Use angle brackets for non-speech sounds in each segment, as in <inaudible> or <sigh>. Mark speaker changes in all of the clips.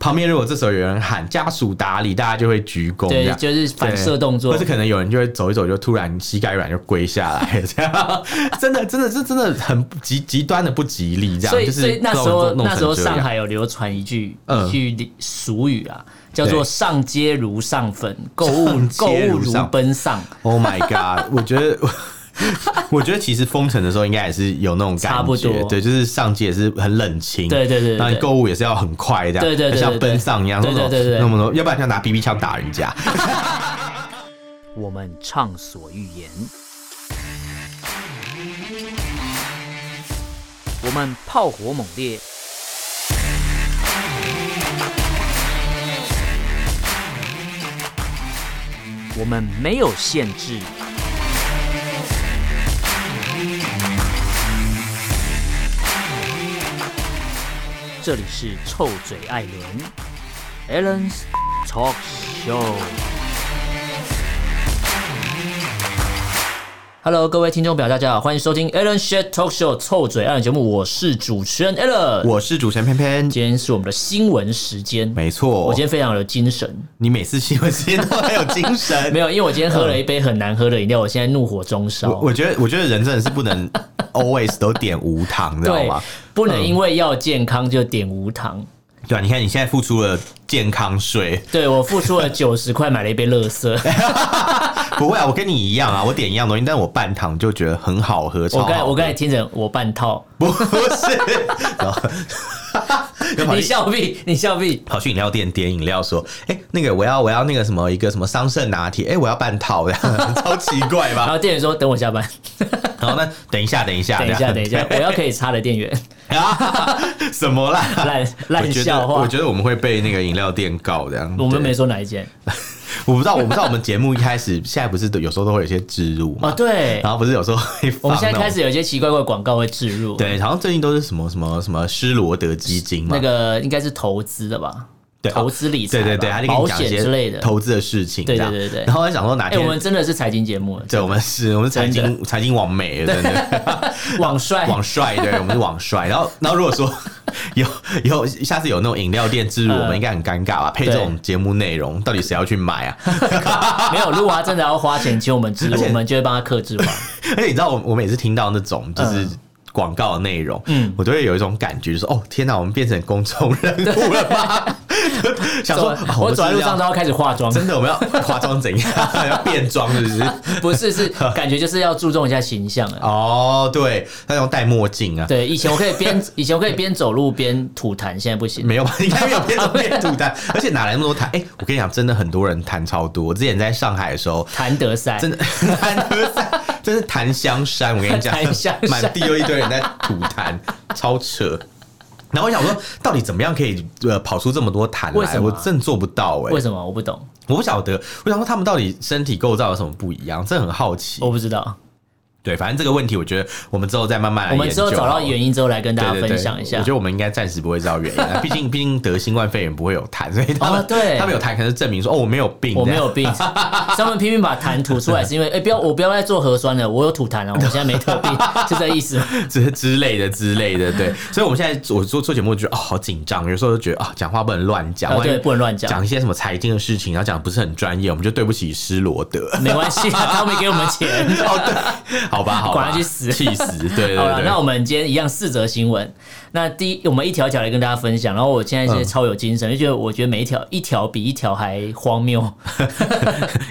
Speaker 1: 旁边如果这时候有人喊家属打理，大家就会鞠躬这
Speaker 2: 对，
Speaker 1: 样。
Speaker 2: 就是反射动作
Speaker 1: 或是。可能有人就会走一走，就突然膝盖软就跪下来，这样真的真的是真的很极极端的不吉利，这样
Speaker 2: 所以，
Speaker 1: 就是
Speaker 2: 所以那时
Speaker 1: 弄
Speaker 2: 候
Speaker 1: 弄
Speaker 2: 那时候
Speaker 1: 成这样
Speaker 2: 上海有流传一句
Speaker 1: 嗯
Speaker 2: 一句俗语啊，叫做“
Speaker 1: 对
Speaker 2: 上街如上粉，购物
Speaker 1: <laughs> 上街
Speaker 2: 购
Speaker 1: 如
Speaker 2: 物如
Speaker 1: 上
Speaker 2: 奔上
Speaker 1: Oh my
Speaker 2: <laughs>
Speaker 1: god！我觉得，我觉得其实封城的时候应该也是有那种感觉，
Speaker 2: 差不多
Speaker 1: 对，就是上街也是很冷清，
Speaker 2: 对对对对对
Speaker 1: 然后你购物也是要很快这样，
Speaker 2: 对对对对
Speaker 1: 像奔丧一样，
Speaker 2: 对对对对对
Speaker 1: 那么多，要不然像拿 BB 枪打人家。”，
Speaker 2: 我们畅所欲言；我们炮火猛烈；我们没有限制。这里是臭嘴艾伦 a l l e n s Talk Show。Hello，各位听众朋友，大家好，欢迎收听 Alan Shet Talk Show 臭嘴艾伦节目，我是主持人 Alan。
Speaker 1: 我是主持人偏偏，
Speaker 2: 今天 <laughs> 是我们的新闻时间，
Speaker 1: 没错，
Speaker 2: 我今天非常有精神，
Speaker 1: 你每次新闻时间都很有精神
Speaker 2: <laughs> 没。有，因为我今天喝了一杯很难喝的饮料，我现在怒火中烧。
Speaker 1: 我我觉得，我觉得人真的是不
Speaker 2: <laughs>
Speaker 1: 能 always 都点无糖，知道
Speaker 2: 对
Speaker 1: 吗？，
Speaker 2: 不能因为要健康就点无糖。
Speaker 1: 对啊，你看你现在付出了健康税，
Speaker 2: 对我付出了九十块买了一杯乐色，
Speaker 1: 不会啊，我跟你一样啊，我点一样东西，但我半糖就觉得很好喝，超
Speaker 2: 我
Speaker 1: <laughs> 好喝
Speaker 2: 刚才我刚才听成我半套，
Speaker 1: 不 <laughs> 是，然后然后跑
Speaker 2: <laughs> 你
Speaker 1: 去
Speaker 2: 笑屁，你笑屁，
Speaker 1: 跑去饮料店点饮料，说：“哎、那个我要我要那个什么一个什么桑葚拿铁，哎、我要半套 <laughs> 的，超奇怪
Speaker 2: 然 <laughs>
Speaker 1: 吧
Speaker 2: 后店员说等我下班，？”
Speaker 1: 然后呢，等一下，啊等一下，
Speaker 2: 等一下等一下，我
Speaker 1: 对
Speaker 2: 要可以擦的店
Speaker 1: <laughs>
Speaker 2: 员，
Speaker 1: 啊， <laughs> 什么啦？
Speaker 2: 烂
Speaker 1: 我
Speaker 2: <laughs> 烂
Speaker 1: 觉得
Speaker 2: 笑话
Speaker 1: 我。觉得我们会被那个饮料店告这样。
Speaker 2: 我们没
Speaker 1: 对，
Speaker 2: 说哪一间
Speaker 1: 我不知道，我不知道我们节目一开始现在不是都有时候都会有一些植入嘛，
Speaker 2: 哦，对，
Speaker 1: 然后不是有时候会放
Speaker 2: 我们现
Speaker 1: 那
Speaker 2: 在
Speaker 1: 种
Speaker 2: 开始有一些奇怪怪的广告会置入，，
Speaker 1: 对，然后最近都是什么什么什么施罗德基金嘛，
Speaker 2: 那个应该是投资的吧？
Speaker 1: 对
Speaker 2: 投资理财
Speaker 1: 对
Speaker 2: 吧，
Speaker 1: 啊对对，他就跟你
Speaker 2: 保
Speaker 1: 讲一
Speaker 2: 险
Speaker 1: 些
Speaker 2: 之类的。
Speaker 1: 投资的事情，
Speaker 2: 对
Speaker 1: 这样
Speaker 2: 对对对
Speaker 1: 然后我在想说哪
Speaker 2: 哎，
Speaker 1: 天，
Speaker 2: 我们真的是财经节目，
Speaker 1: 对，我们是我们是财经财经网美，真
Speaker 2: <laughs>
Speaker 1: 的
Speaker 2: 网帅，
Speaker 1: 网帅，对，我们是网帅。然后然后如果
Speaker 2: <laughs>
Speaker 1: 说有有下次有那种饮料店之入，
Speaker 2: 嗯
Speaker 1: 我们应该很尴尬吧？配这种节目内容，到底谁要去买啊？
Speaker 2: <laughs> 没有。如果他真的要花钱请我们植入，
Speaker 1: 而且
Speaker 2: 我们就会帮他克制化。
Speaker 1: <laughs> 而且你知道，我我每次听到那种就是
Speaker 2: 嗯。
Speaker 1: 广告的内容，嗯，我都会有一种感觉，就是哦，天哪，我们变成公众人物了吗？ <laughs>
Speaker 2: <laughs>
Speaker 1: 想说，
Speaker 2: 走
Speaker 1: 啊
Speaker 2: 我
Speaker 1: 们
Speaker 2: 走在
Speaker 1: 是
Speaker 2: 路
Speaker 1: 不是要
Speaker 2: 上都要开始化妆，
Speaker 1: 真的我们要化妆怎样？要变装是不
Speaker 2: <laughs>
Speaker 1: 是？
Speaker 2: 不
Speaker 1: <laughs>
Speaker 2: 是是感觉就是要注重一下形象啊。
Speaker 1: 哦，对，那种戴墨镜啊，
Speaker 2: 对，以前我可以
Speaker 1: <laughs>
Speaker 2: 边以前我可以边走路边吐痰，现在不行。
Speaker 1: 没
Speaker 2: <laughs>
Speaker 1: 有吧？应该没有变成变吐痰，而且哪来那么多痰？哎、我跟你讲，真的很多人痰超多。我之前在上海的时候，
Speaker 2: 谭德赛，
Speaker 1: 真的 <laughs> 痰都在，真是痰香山。我跟你讲
Speaker 2: 檀香，山
Speaker 1: 满地又一堆人在吐痰，超扯。然后我想说，到底怎么样可以呃跑出这么多痰
Speaker 2: 为
Speaker 1: 来？
Speaker 2: 什么
Speaker 1: 我真的做不到哎、
Speaker 2: 为什么我不懂？
Speaker 1: 我不晓得。我想说，他们到底身体构造有什么不一样？这很好奇。
Speaker 2: 我不知道。
Speaker 1: 对，反正这个问题，我觉得我们之后再慢慢来
Speaker 2: 我
Speaker 1: 研究。
Speaker 2: 们之后找到原
Speaker 1: 因。
Speaker 2: 因之后来跟大家
Speaker 1: 哎对对对
Speaker 2: 分享一下
Speaker 1: 我觉。得我们应该暂时不会知道原因
Speaker 2: <laughs>
Speaker 1: 啊，毕竟毕竟得新冠肺炎不会有痰，所以他们、
Speaker 2: 哦对
Speaker 1: 他们有痰可能是证明说哦我没有病，
Speaker 2: 我没
Speaker 1: 这样。
Speaker 2: 有病，他们拼命把痰吐出来，是因为哎、不要我不要再做核酸了，我有吐痰了，我现在没得
Speaker 1: <laughs>
Speaker 2: 病，是这意思吗？
Speaker 1: <laughs> 之之类的之类的，对，所以我们现在我做做节目，觉得哦好紧张，有时候就觉得啊讲话不能乱讲，
Speaker 2: 啊
Speaker 1: 万一
Speaker 2: 对不能乱讲
Speaker 1: 讲一些什么财经的事情，然后讲得不是很专业，我们就对不起施罗
Speaker 2: <laughs>
Speaker 1: 德。
Speaker 2: 没关系啊，他没给我们钱。
Speaker 1: 哦对，好吧，好吧，
Speaker 2: 管他去死
Speaker 1: 气死，对对
Speaker 2: 好了，
Speaker 1: 对。
Speaker 2: 那我们今天一样四则新闻。那第一，我们一条一条来跟大家分享。然后我现在是
Speaker 1: 嗯
Speaker 2: 超有精神，就觉得我觉得每一条一条比一条还荒谬。 <laughs>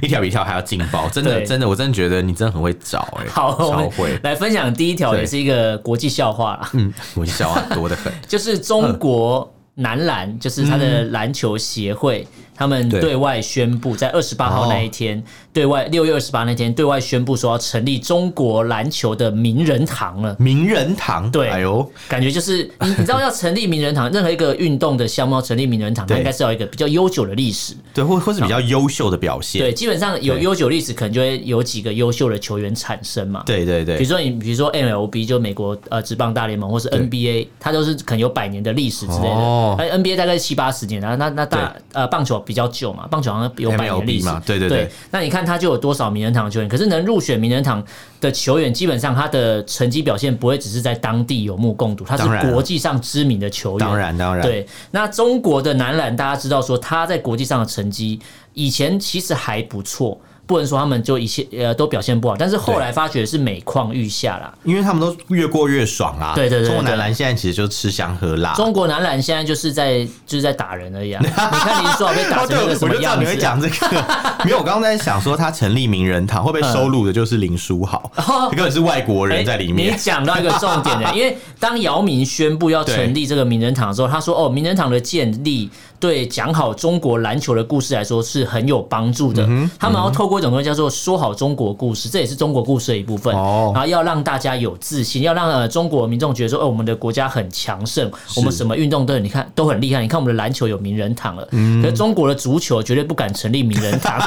Speaker 1: 一条比一条还要劲爆，真的
Speaker 2: 对
Speaker 1: 真的，我真的觉得你真的很会找哎、
Speaker 2: 好，我
Speaker 1: 超
Speaker 2: 们
Speaker 1: 会，
Speaker 2: 来分享第一条，
Speaker 1: 对
Speaker 2: 也是一个国际笑话啦， <laughs>
Speaker 1: 嗯，我笑话多的很。
Speaker 2: 就是中国男篮，就是他的篮球协会，他们
Speaker 1: 嗯对哦
Speaker 2: 对外宣布，在二十八号那一天，对外六月二十八那天对外宣布说要成立中国篮球的名人堂了。
Speaker 1: 名人堂，
Speaker 2: 对
Speaker 1: 哎呦，
Speaker 2: 感觉就是你，你知道要成立名人堂，任何一个运动的项目要成立名人堂，它
Speaker 1: 对
Speaker 2: 应该是要有一个比较悠久的历史。
Speaker 1: 对，或或是比较优秀的表现，
Speaker 2: 对，基本上有
Speaker 1: 对
Speaker 2: 悠久历史，可能就会有几个优秀的球员产生嘛。
Speaker 1: 对对对
Speaker 2: 比如说你，比如说 MLB 就美国呃职棒大联盟，或是 NBA，它都是可能有百年的历史之类的。
Speaker 1: 哦
Speaker 2: 哎 NBA 大概七八十年，然后那那大
Speaker 1: 对
Speaker 2: 呃棒球比较旧嘛，棒球好像有百年历
Speaker 1: MLB
Speaker 2: 史
Speaker 1: 嘛对对对
Speaker 2: 对。那你看他就有多少名人堂的球员？可是能入选名人堂的球员，基本上他的成绩表现不会只是在当地有目共睹，他
Speaker 1: 当然
Speaker 2: 是
Speaker 1: 啊
Speaker 2: 国际上知名的球员。
Speaker 1: 当然当然
Speaker 2: 对。那中国的男篮，大家知道说他在国际上的成绩以前其实还不错。不能说他们就一切呃都表现不好，但是后来发觉是每况愈下啦。
Speaker 1: 因为他们都越过越爽啊。
Speaker 2: 对对对对
Speaker 1: 中国男篮现在其实就是吃香喝辣。
Speaker 2: 中国男篮现在就是在就是在打人
Speaker 1: <laughs>
Speaker 2: 而已啊！你看林书豪被打
Speaker 1: 哦，
Speaker 2: 成
Speaker 1: 对，
Speaker 2: 那
Speaker 1: 我
Speaker 2: 个
Speaker 1: 就
Speaker 2: 什么
Speaker 1: 知道
Speaker 2: 样
Speaker 1: 你会
Speaker 2: 子啊、嗯
Speaker 1: 讲这个。 <laughs> 没有，我刚刚在想说，他成立名人堂会不会收录的就是林书豪，
Speaker 2: <laughs> 哦
Speaker 1: 根本是外国人在里
Speaker 2: 哎
Speaker 1: 面
Speaker 2: 你。讲到一个重点
Speaker 1: <laughs>
Speaker 2: 的，因为当姚明宣布要成立这个名人堂之后，他说：“哦，名人堂的建立对讲好中国篮球的故事来说是很有帮助的。
Speaker 1: 嗯
Speaker 2: 他们要透过一种东西叫做‘说好中国故事’，这也是中国故事的一部分。
Speaker 1: 哦
Speaker 2: 然后要让大家有自信，要让呃中国民众觉得说，哦，我们的国家很强盛，我们什么运动都有你看都很厉害。你看我们的篮球有名人堂了，
Speaker 1: 嗯
Speaker 2: 可是中国的足球绝对不敢成立名
Speaker 1: <laughs>
Speaker 2: 人堂。”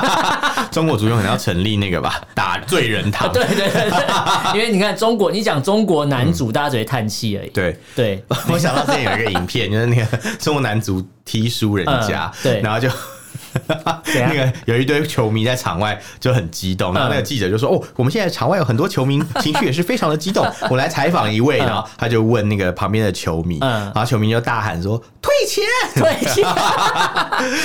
Speaker 1: 中国足球可能要成立那个吧，打罪人堂。
Speaker 2: 哎 <laughs> 对对对对，因为你看中国，你讲中国男
Speaker 1: 嗯
Speaker 2: 足，大家只会叹气而已。
Speaker 1: 对。
Speaker 2: 对，
Speaker 1: <laughs> 我想到之前有一个影片，就是那个中国男足踢输人家，
Speaker 2: 嗯对
Speaker 1: 然后就。
Speaker 2: 怎样
Speaker 1: <laughs> 那
Speaker 2: 嗯
Speaker 1: 个有一堆球迷在场外就很激动，然后那个记者就说：“哦，我们现在场外有很多球迷，情绪也是非常的激
Speaker 2: <laughs>
Speaker 1: 动。我来采访一位，然后他就问那个旁边的球迷，
Speaker 2: 嗯
Speaker 1: 然后球迷就大喊说：退钱！ <laughs>
Speaker 2: 对，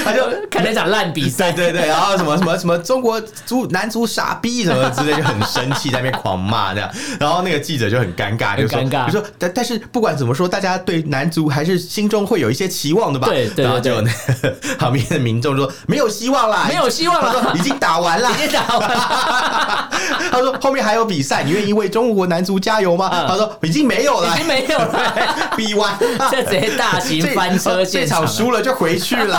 Speaker 1: 他就
Speaker 2: 看那场烂比赛，
Speaker 1: 对对对，然后什么什么什么中国足男足傻逼什么之类，就很生气，在那边狂骂这样。然后那个记者就很尴尬，就说
Speaker 2: 很尴尬
Speaker 1: 就说但但是不管怎么说，大家对男足还是心中会有一些期望的吧？
Speaker 2: 对对
Speaker 1: 然后
Speaker 2: 对
Speaker 1: 就有那个 <laughs> 旁边的民众说没有希望啦，
Speaker 2: <laughs> 没有希望
Speaker 1: 他
Speaker 2: 了，
Speaker 1: <laughs> 说已经打完
Speaker 2: <laughs>
Speaker 1: 啦。
Speaker 2: 别打完了。
Speaker 1: 他说后面还有比赛，你愿意为中国男足加油吗？
Speaker 2: 嗯
Speaker 1: 他说已经没有了
Speaker 2: 已，经没
Speaker 1: <laughs>
Speaker 2: 有了，
Speaker 1: 比完了。
Speaker 2: 这直接大型
Speaker 1: 这
Speaker 2: 翻车
Speaker 1: 这
Speaker 2: 现
Speaker 1: 场
Speaker 2: 场，
Speaker 1: 输了就回去
Speaker 2: <laughs>
Speaker 1: 了，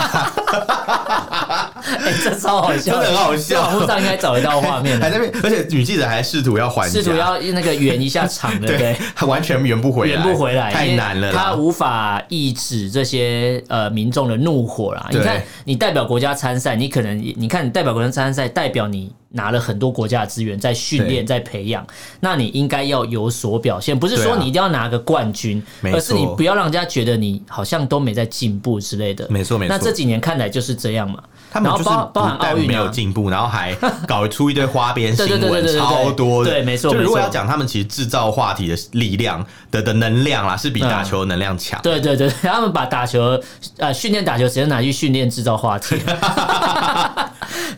Speaker 2: 哎，这超好笑，
Speaker 1: 真的很好笑
Speaker 2: 这网络上应该找得到画
Speaker 1: <laughs>
Speaker 2: 面
Speaker 1: 还
Speaker 2: 的，
Speaker 1: 在那边，而且女记者还试图要啊还
Speaker 2: 试图
Speaker 1: 价
Speaker 2: 要那个圆一下场，对不对
Speaker 1: 对？，他完全圆不回来，
Speaker 2: 圆不回来，
Speaker 1: 太难了
Speaker 2: 因为他
Speaker 1: 啦。
Speaker 2: 无法抑制这些呃民众的怒火啦。你
Speaker 1: 对
Speaker 2: 看，你代表国家参赛，你可能你看你代表国家参赛，代表你拿了很多国家的资源在训练、
Speaker 1: 对
Speaker 2: 在培养，那你应该要有所表现，不是
Speaker 1: 对
Speaker 2: 说
Speaker 1: 啊
Speaker 2: 你一定要拿个冠军，
Speaker 1: 没
Speaker 2: 而是你
Speaker 1: 错
Speaker 2: 不要让人家觉得你好像都没在进步之类的。
Speaker 1: 没错没错
Speaker 2: 那这几年看来就是这样嘛。
Speaker 1: 他们
Speaker 2: 然
Speaker 1: 就
Speaker 2: 后
Speaker 1: 是
Speaker 2: 包包含
Speaker 1: 不但
Speaker 2: 奥运
Speaker 1: 没有
Speaker 2: 啊，
Speaker 1: 进步，然后
Speaker 2: <laughs>
Speaker 1: 还搞出一堆花边新
Speaker 2: 对对对对对
Speaker 1: 闻，
Speaker 2: 对
Speaker 1: 超多的。
Speaker 2: 对没错
Speaker 1: 就如果
Speaker 2: 没错
Speaker 1: 要讲他们其实制造话题的力量的的能量啦，是比打球的能量强。
Speaker 2: 对对 <laughs> 对，他们把打球呃训练打球时间拿去训练制造话题。 <laughs>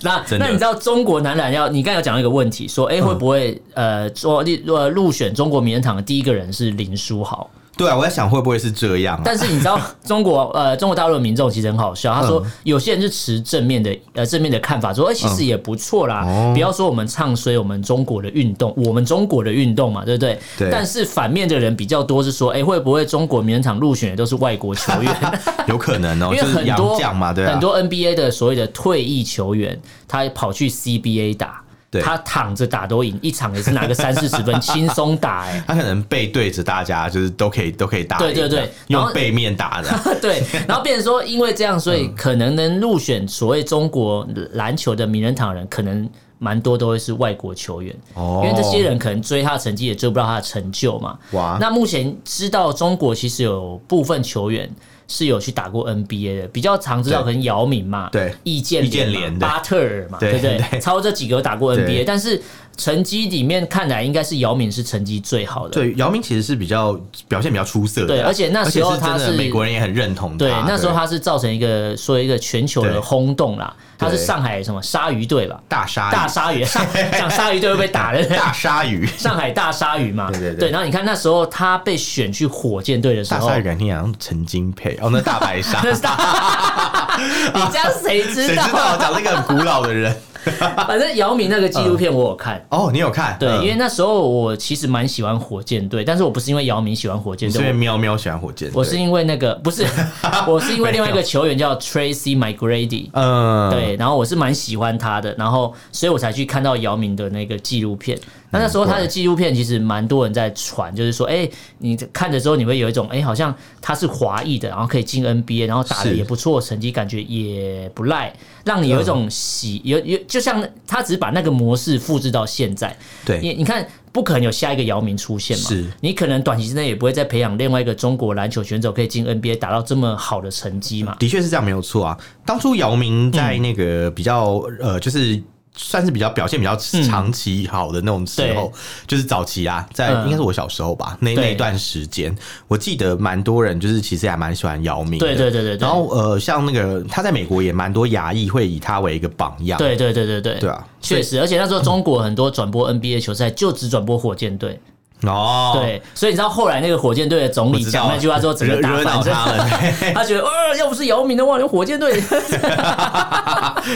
Speaker 2: 那
Speaker 1: 真的嗯
Speaker 2: 那你知道中国男篮要你刚才有讲到一个问题，说哎、诶会不会、呃说入呃入选中国名人堂的第一个人是林
Speaker 1: <laughs>
Speaker 2: 书豪？
Speaker 1: 对啊，我在想会不会是这样啊？
Speaker 2: 但是你知道中国呃中国大陆的民众其实很好笑，他
Speaker 1: 嗯
Speaker 2: 说有些人是持正面的呃正面的看法，说哎、其实也不错啦，
Speaker 1: 哦
Speaker 2: 不要说我们唱衰我们中国的运动，我们中国的运动嘛，对不对？
Speaker 1: 对
Speaker 2: 但是反面的人比较多是说，哎、会不会中国名人堂入选的都是外国球员？
Speaker 1: 有可能哦，
Speaker 2: 因为
Speaker 1: 就是
Speaker 2: 很
Speaker 1: 洋
Speaker 2: 多
Speaker 1: 将嘛，对啊
Speaker 2: 很，多 NBA 的所谓的退役球员，他跑去 CBA 打，
Speaker 1: 对
Speaker 2: 他躺着打都赢，一场也是拿个三四十
Speaker 1: <laughs>
Speaker 2: 分，轻松打哎、
Speaker 1: 他可能背对着大家，就是都可以都可以打赢的，
Speaker 2: 对对对然后
Speaker 1: 用背面打的。
Speaker 2: <laughs> 对，然后变成说，因为这样，所
Speaker 1: 嗯
Speaker 2: 以可能能入选所谓中国篮球的名人堂的人，可能蛮多都会是外国球员，
Speaker 1: 哦
Speaker 2: 因为这些人可能追他的成绩也追不到他的成就嘛。
Speaker 1: 哇
Speaker 2: 那目前知道中国其实有部分球员是有去打过 NBA 的，比较常知道
Speaker 1: 对
Speaker 2: 可能姚明嘛，
Speaker 1: 对
Speaker 2: 易建
Speaker 1: 易建
Speaker 2: 联
Speaker 1: 联
Speaker 2: 嘛、
Speaker 1: 对
Speaker 2: 巴特尔嘛，
Speaker 1: 对
Speaker 2: 不对？
Speaker 1: 对
Speaker 2: 超这几个有打过 NBA，
Speaker 1: 对
Speaker 2: 但是成绩里面看来应该是姚明是成绩最好的。
Speaker 1: 对，姚明其实是比较表现比较出色的啊，
Speaker 2: 对而且那时候
Speaker 1: 而且
Speaker 2: 他
Speaker 1: 真的
Speaker 2: 是
Speaker 1: 美国人也很认同他，
Speaker 2: 对，那时候他是造成一个说一个全球的
Speaker 1: 啊对
Speaker 2: 轰动啦，他是
Speaker 1: 对
Speaker 2: 上海什么鲨鱼队吧，
Speaker 1: 大鲨鱼
Speaker 2: 大
Speaker 1: <laughs>
Speaker 2: 鲨鱼，上讲鲨鱼队会被打的。
Speaker 1: 大鲨鱼，
Speaker 2: 上海大鲨鱼嘛，
Speaker 1: 对对对
Speaker 2: 然后你看那时候他被选去火箭队的时
Speaker 1: 大
Speaker 2: 候，
Speaker 1: 鲨鱼感觉好像陈金佩哦，那大白鲨，
Speaker 2: <laughs> 那 <laughs> 是大， <laughs> 你这样谁知
Speaker 1: 谁
Speaker 2: 道
Speaker 1: 知道
Speaker 2: 啊？
Speaker 1: 长那个很古老的人？
Speaker 2: 反正姚明那个纪录片我有看，
Speaker 1: 哦，你有看？
Speaker 2: 对，
Speaker 1: 嗯
Speaker 2: 因为那时候我其实蛮喜欢火箭队，但是我不是因为姚明喜欢火箭
Speaker 1: 所以
Speaker 2: 队，
Speaker 1: 喵喵喜欢火箭队，
Speaker 2: 我我是因为那个
Speaker 1: <laughs>
Speaker 2: 不是，我是因为另外一个球员叫 Tracy McGrady，
Speaker 1: 嗯，
Speaker 2: 对，然后我是蛮喜欢他的，然后所以我才去看到姚明的那个纪录片。那那时候他的纪录片其实蛮多人在传，就是说，哎、你看的时候你会有一种，哎、好像他是华裔的，然后可以进 NBA，然后打的
Speaker 1: 是
Speaker 2: 也不错，成绩感觉也不赖，让你有一种喜，有有就像他只是把那个模式复制到现在。
Speaker 1: 对
Speaker 2: 你你看不可能有下一个姚明出现嘛。
Speaker 1: 是
Speaker 2: 你可能短期之内也不会再培养另外一个中国篮球选手可以进 NBA 达到这么好的成绩嘛。
Speaker 1: 的确是这样，没有错啊。当初姚明在那个比较、
Speaker 2: 嗯
Speaker 1: 呃，就是。算是比较表现比较长期好的那种时候，就是早期啊，在
Speaker 2: 嗯
Speaker 1: 应该是我小时候吧，那
Speaker 2: 对
Speaker 1: 那一段时间，我记得蛮多人就是其实还蛮喜欢姚明的，
Speaker 2: 对对对对对
Speaker 1: 然后呃，像那个他在美国也蛮多亚裔会以他为一个榜样，
Speaker 2: 对对对对对，
Speaker 1: 对啊
Speaker 2: 确实，而且那时候中国很 <coughs> 多转播 NBA 球赛就只转播火箭队，
Speaker 1: 哦，，
Speaker 2: 对，所以你知道后来那个火箭队的总理
Speaker 1: 知道
Speaker 2: 讲那句话之后，整
Speaker 1: 惹
Speaker 2: 个大
Speaker 1: 惹恼
Speaker 2: 反
Speaker 1: 他
Speaker 2: 正
Speaker 1: 们，
Speaker 2: <laughs> 他觉得，呃，要不是姚明的话，连火箭队
Speaker 1: 啊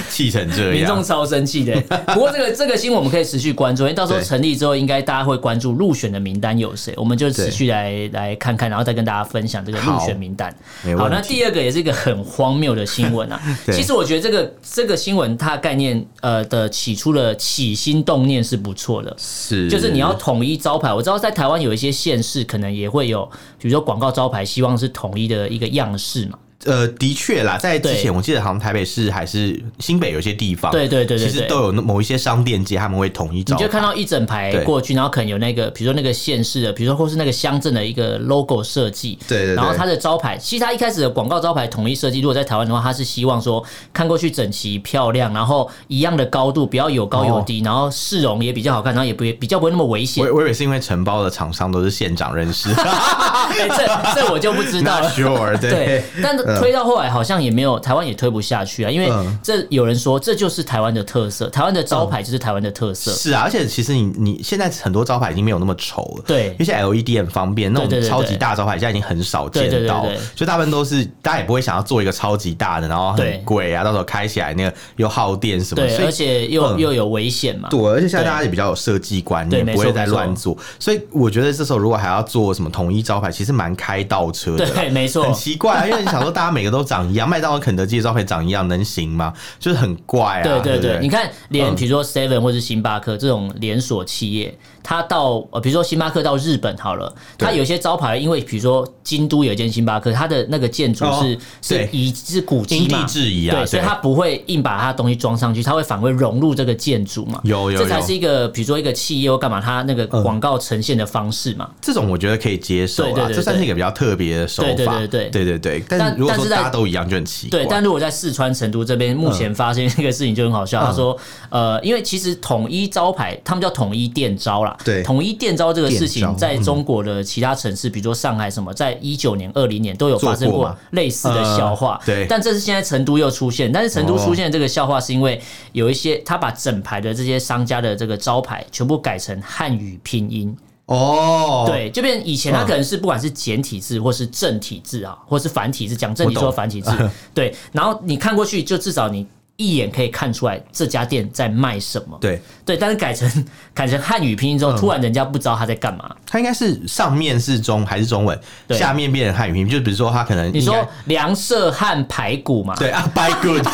Speaker 1: 气成这
Speaker 2: 民众
Speaker 1: 样，
Speaker 2: 超
Speaker 1: <laughs>
Speaker 2: 生气的。不过这个这个新闻我们可以持续关注，因为到时候
Speaker 1: 对
Speaker 2: 成立之后，应该大家会关注入选的名单有谁，我们就持
Speaker 1: 对
Speaker 2: 续来来看看，然后再跟大家分享这个入选名单。
Speaker 1: 没
Speaker 2: 好，
Speaker 1: 问
Speaker 2: 那
Speaker 1: 题
Speaker 2: 第二个也是一个很荒谬的新闻啊。
Speaker 1: <laughs> 对
Speaker 2: 其实我觉得这个这个新闻它的概念呃的起初的起心动念是不错的，
Speaker 1: 是
Speaker 2: 就是你要统一招牌。我知道在台湾有一些县市可能也会有，比如说广告招牌，希望是统一的一个样式嘛。
Speaker 1: 呃，的确啦，在之
Speaker 2: 对
Speaker 1: 前我记得好像台北市还是新北有些地方，
Speaker 2: 对对对对
Speaker 1: 啊其实
Speaker 2: 对
Speaker 1: 都有那某一些商店街他们会统一
Speaker 2: 你
Speaker 1: 招
Speaker 2: 就
Speaker 1: 牌，
Speaker 2: 看到一整排
Speaker 1: 对
Speaker 2: 过去，然后可能有那个，比如说那个县市的，比如说或是那个乡镇的一个 logo 设计，
Speaker 1: 对对对
Speaker 2: 然后它的招牌，其实它一开始的广告招牌统一设计，如果在台湾的话，它是希望说看过去整齐漂亮，然后一样的高度，不要有高有
Speaker 1: 哦
Speaker 2: 低，然后市容也比较好看，然后也不比较不会那么危
Speaker 1: <laughs>
Speaker 2: 险
Speaker 1: 我。我以为是因为承包的厂商都是县长认
Speaker 2: <laughs>
Speaker 1: 识
Speaker 2: 哎这这我就不知道
Speaker 1: ，Not
Speaker 2: 了。
Speaker 1: sure，
Speaker 2: 对
Speaker 1: 对，，
Speaker 2: 但推到后来好像也没有，台湾也推不下去啊，因为
Speaker 1: 嗯
Speaker 2: 这有人说这就是台湾的特色，台湾的招牌就是台湾的
Speaker 1: <laughs>
Speaker 2: 特色。
Speaker 1: 是啊，而且其实你你现在很多招牌已经没有那么丑了，
Speaker 2: 对
Speaker 1: 因为现在 LED 很方便，那
Speaker 2: 对
Speaker 1: 种
Speaker 2: 对对
Speaker 1: 超级
Speaker 2: 对
Speaker 1: 大招牌现在已经很少见
Speaker 2: 对对对
Speaker 1: 到，
Speaker 2: 对
Speaker 1: 所以大部分都是大家也不会想要做一个超级大的，然后
Speaker 2: 对
Speaker 1: 很贵啊，到时候开起来那个又耗电什么，
Speaker 2: 对，
Speaker 1: 所以
Speaker 2: 而且又、
Speaker 1: 嗯
Speaker 2: 又有危险嘛。
Speaker 1: 对，而且现在大家也比较有设计观
Speaker 2: 对
Speaker 1: 念，
Speaker 2: 没
Speaker 1: 不
Speaker 2: 错
Speaker 1: 会再乱做，所以我觉得这时候如果还要做什么统一招牌，其实蛮开倒车的啦。
Speaker 2: 对， <laughs> 没错
Speaker 1: 很，奇怪、啊，因为你想说大家每个都长一样，麦当劳、肯德基的招牌长一样，能行吗？就是很怪啊。
Speaker 2: 对
Speaker 1: 对
Speaker 2: 对对，你
Speaker 1: 看
Speaker 2: 看，连
Speaker 1: 嗯
Speaker 2: 比如说 Seven 或是星巴克这种连锁企业，它到呃，比如说星巴克到日本好了，
Speaker 1: 对
Speaker 2: 它有些招牌，因为比如说京都有一间星巴克，它的那个建筑是
Speaker 1: 哦
Speaker 2: 是
Speaker 1: 对
Speaker 2: 遗是古迹
Speaker 1: 因地
Speaker 2: 嘛，
Speaker 1: 制宜啊，
Speaker 2: 对，所以它不会硬把它的东西装上去，它会反而会融入这个建筑嘛。
Speaker 1: 有有
Speaker 2: 这才
Speaker 1: 有
Speaker 2: 是一个，比如说一个企业或干嘛，它那个广告呈现的方式嘛。
Speaker 1: 这种我觉得可以接受
Speaker 2: 对对
Speaker 1: 啦，
Speaker 2: 对
Speaker 1: 这算是一个比较特别的手法。
Speaker 2: 对对对对
Speaker 1: 对对对但
Speaker 2: 但
Speaker 1: 是如果
Speaker 2: 但
Speaker 1: 说
Speaker 2: 是在
Speaker 1: 大家都一样，就很奇怪。
Speaker 2: 对，但如果在四川成都这边，目前发现一个事情就很好笑。他说，呃，因为其实统一招牌，他们叫统一店招啦。
Speaker 1: 对
Speaker 2: 统一店招这个事
Speaker 1: 店
Speaker 2: 情，
Speaker 1: 招
Speaker 2: 在中国的其他城市，比如说上海什么，在一九年、二零年都有发生
Speaker 1: 做过
Speaker 2: 过嗯
Speaker 1: 吗
Speaker 2: 类似的笑话。
Speaker 1: 呃对
Speaker 2: 但这是现在成都又出现，但是成都
Speaker 1: 哦
Speaker 2: 出现这个笑话是因为有一些他把整排的这些商家的这个招牌全部改成汉语拼音。
Speaker 1: 哦，
Speaker 2: 对，就变以前它
Speaker 1: 嗯
Speaker 2: 可能是不管是简体字或是正体字啊，或是繁体字，讲正体
Speaker 1: 我
Speaker 2: 字或
Speaker 1: 懂 <laughs>
Speaker 2: 繁体字，对。然后你看过去，就至少你一眼可以看出来这家店在卖什么。
Speaker 1: 对，嗯
Speaker 2: 对，但是改成改成汉语拼音之后，突然人家不知道他在干嘛。
Speaker 1: 它应该是上面是中还是中文，
Speaker 2: 对
Speaker 1: 下面变成汉语拼音，就比如说它可能
Speaker 2: 你
Speaker 1: 应
Speaker 2: 说
Speaker 1: 该
Speaker 2: 梁舍汉排骨嘛？
Speaker 1: 对啊，by
Speaker 2: <laughs>
Speaker 1: good。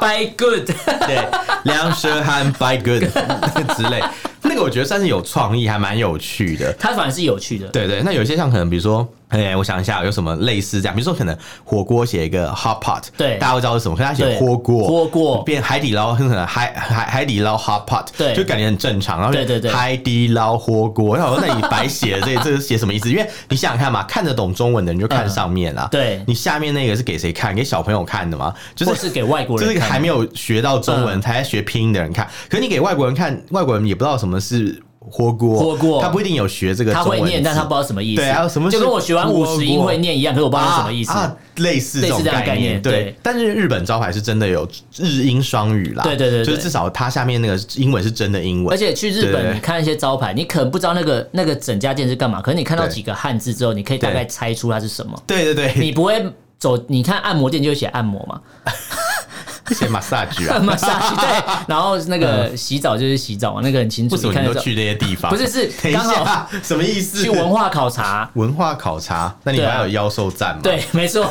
Speaker 2: ，by good， <laughs>
Speaker 1: 对，梁舌汉 by good <laughs> 之类，那个我觉得算是有创意，还蛮有趣的。
Speaker 2: 它反而是有趣的。
Speaker 1: 对对，那有些像可能比如说，哎、我想一下有什么类似这样，比如说可能火锅写一个 hot pot，
Speaker 2: 对
Speaker 1: 大家都知道是什么，可是他写
Speaker 2: 对
Speaker 1: 火锅，
Speaker 2: 火锅
Speaker 1: 变海底捞，可能海海海底捞 hot pot，
Speaker 2: 对
Speaker 1: 就感觉很正常。然后
Speaker 2: 对对对
Speaker 1: 海底捞火锅，然后那你白写
Speaker 2: <laughs>
Speaker 1: 了这这是写什么意思？因为你想想看嘛，看得懂中文的你就看
Speaker 2: 嗯
Speaker 1: 上面啊，
Speaker 2: 对
Speaker 1: 你下面那个是给谁看？给小朋友看的吗？就是
Speaker 2: 或是给外国人
Speaker 1: 就是一个
Speaker 2: 看
Speaker 1: 还没有学到中文
Speaker 2: 嗯
Speaker 1: 才在学拼音的人看，可是你给外国人看，外国人也不知道什么是。火锅，
Speaker 2: 火锅
Speaker 1: 他不一定有学这个中
Speaker 2: 他
Speaker 1: 文字，
Speaker 2: 会念，但他不知道什么意思。
Speaker 1: 对啊什么是
Speaker 2: 就跟我学完五十音会念一样，可是我不知道是什么意思。
Speaker 1: 啊啊类似这
Speaker 2: 类
Speaker 1: 种
Speaker 2: 似这样的概念
Speaker 1: 念，
Speaker 2: 对
Speaker 1: 对。但是日本招牌是真的有日英双语啦，
Speaker 2: 对对对对
Speaker 1: 就是至少它下面那个英文是真的英文，
Speaker 2: 而且去日
Speaker 1: 对对
Speaker 2: 本，
Speaker 1: 对
Speaker 2: 你看一些招牌，你可能不知道那个那个整家店是干嘛，可是你看到
Speaker 1: 对
Speaker 2: 几个汉字之后，你可以大概猜出它是什么。
Speaker 1: 对对对，
Speaker 2: 你不会走，你看按摩店就会写按摩嘛，
Speaker 1: 写 massage
Speaker 2: <laughs>
Speaker 1: 啊
Speaker 2: 按，摩下去对，然后那个洗澡就是洗澡嘛，那个很清楚，
Speaker 1: 为什
Speaker 2: 你
Speaker 1: 么
Speaker 2: 看
Speaker 1: 你
Speaker 2: 得
Speaker 1: 都
Speaker 2: 到。
Speaker 1: 去那些地方？
Speaker 2: 不是是
Speaker 1: 等一
Speaker 2: 刚好
Speaker 1: 下什么意思？
Speaker 2: 去文化考察，
Speaker 1: 文化考察，那你
Speaker 2: 对啊
Speaker 1: 还有妖兽站吗？，
Speaker 2: 对，
Speaker 1: <laughs>
Speaker 2: 没错，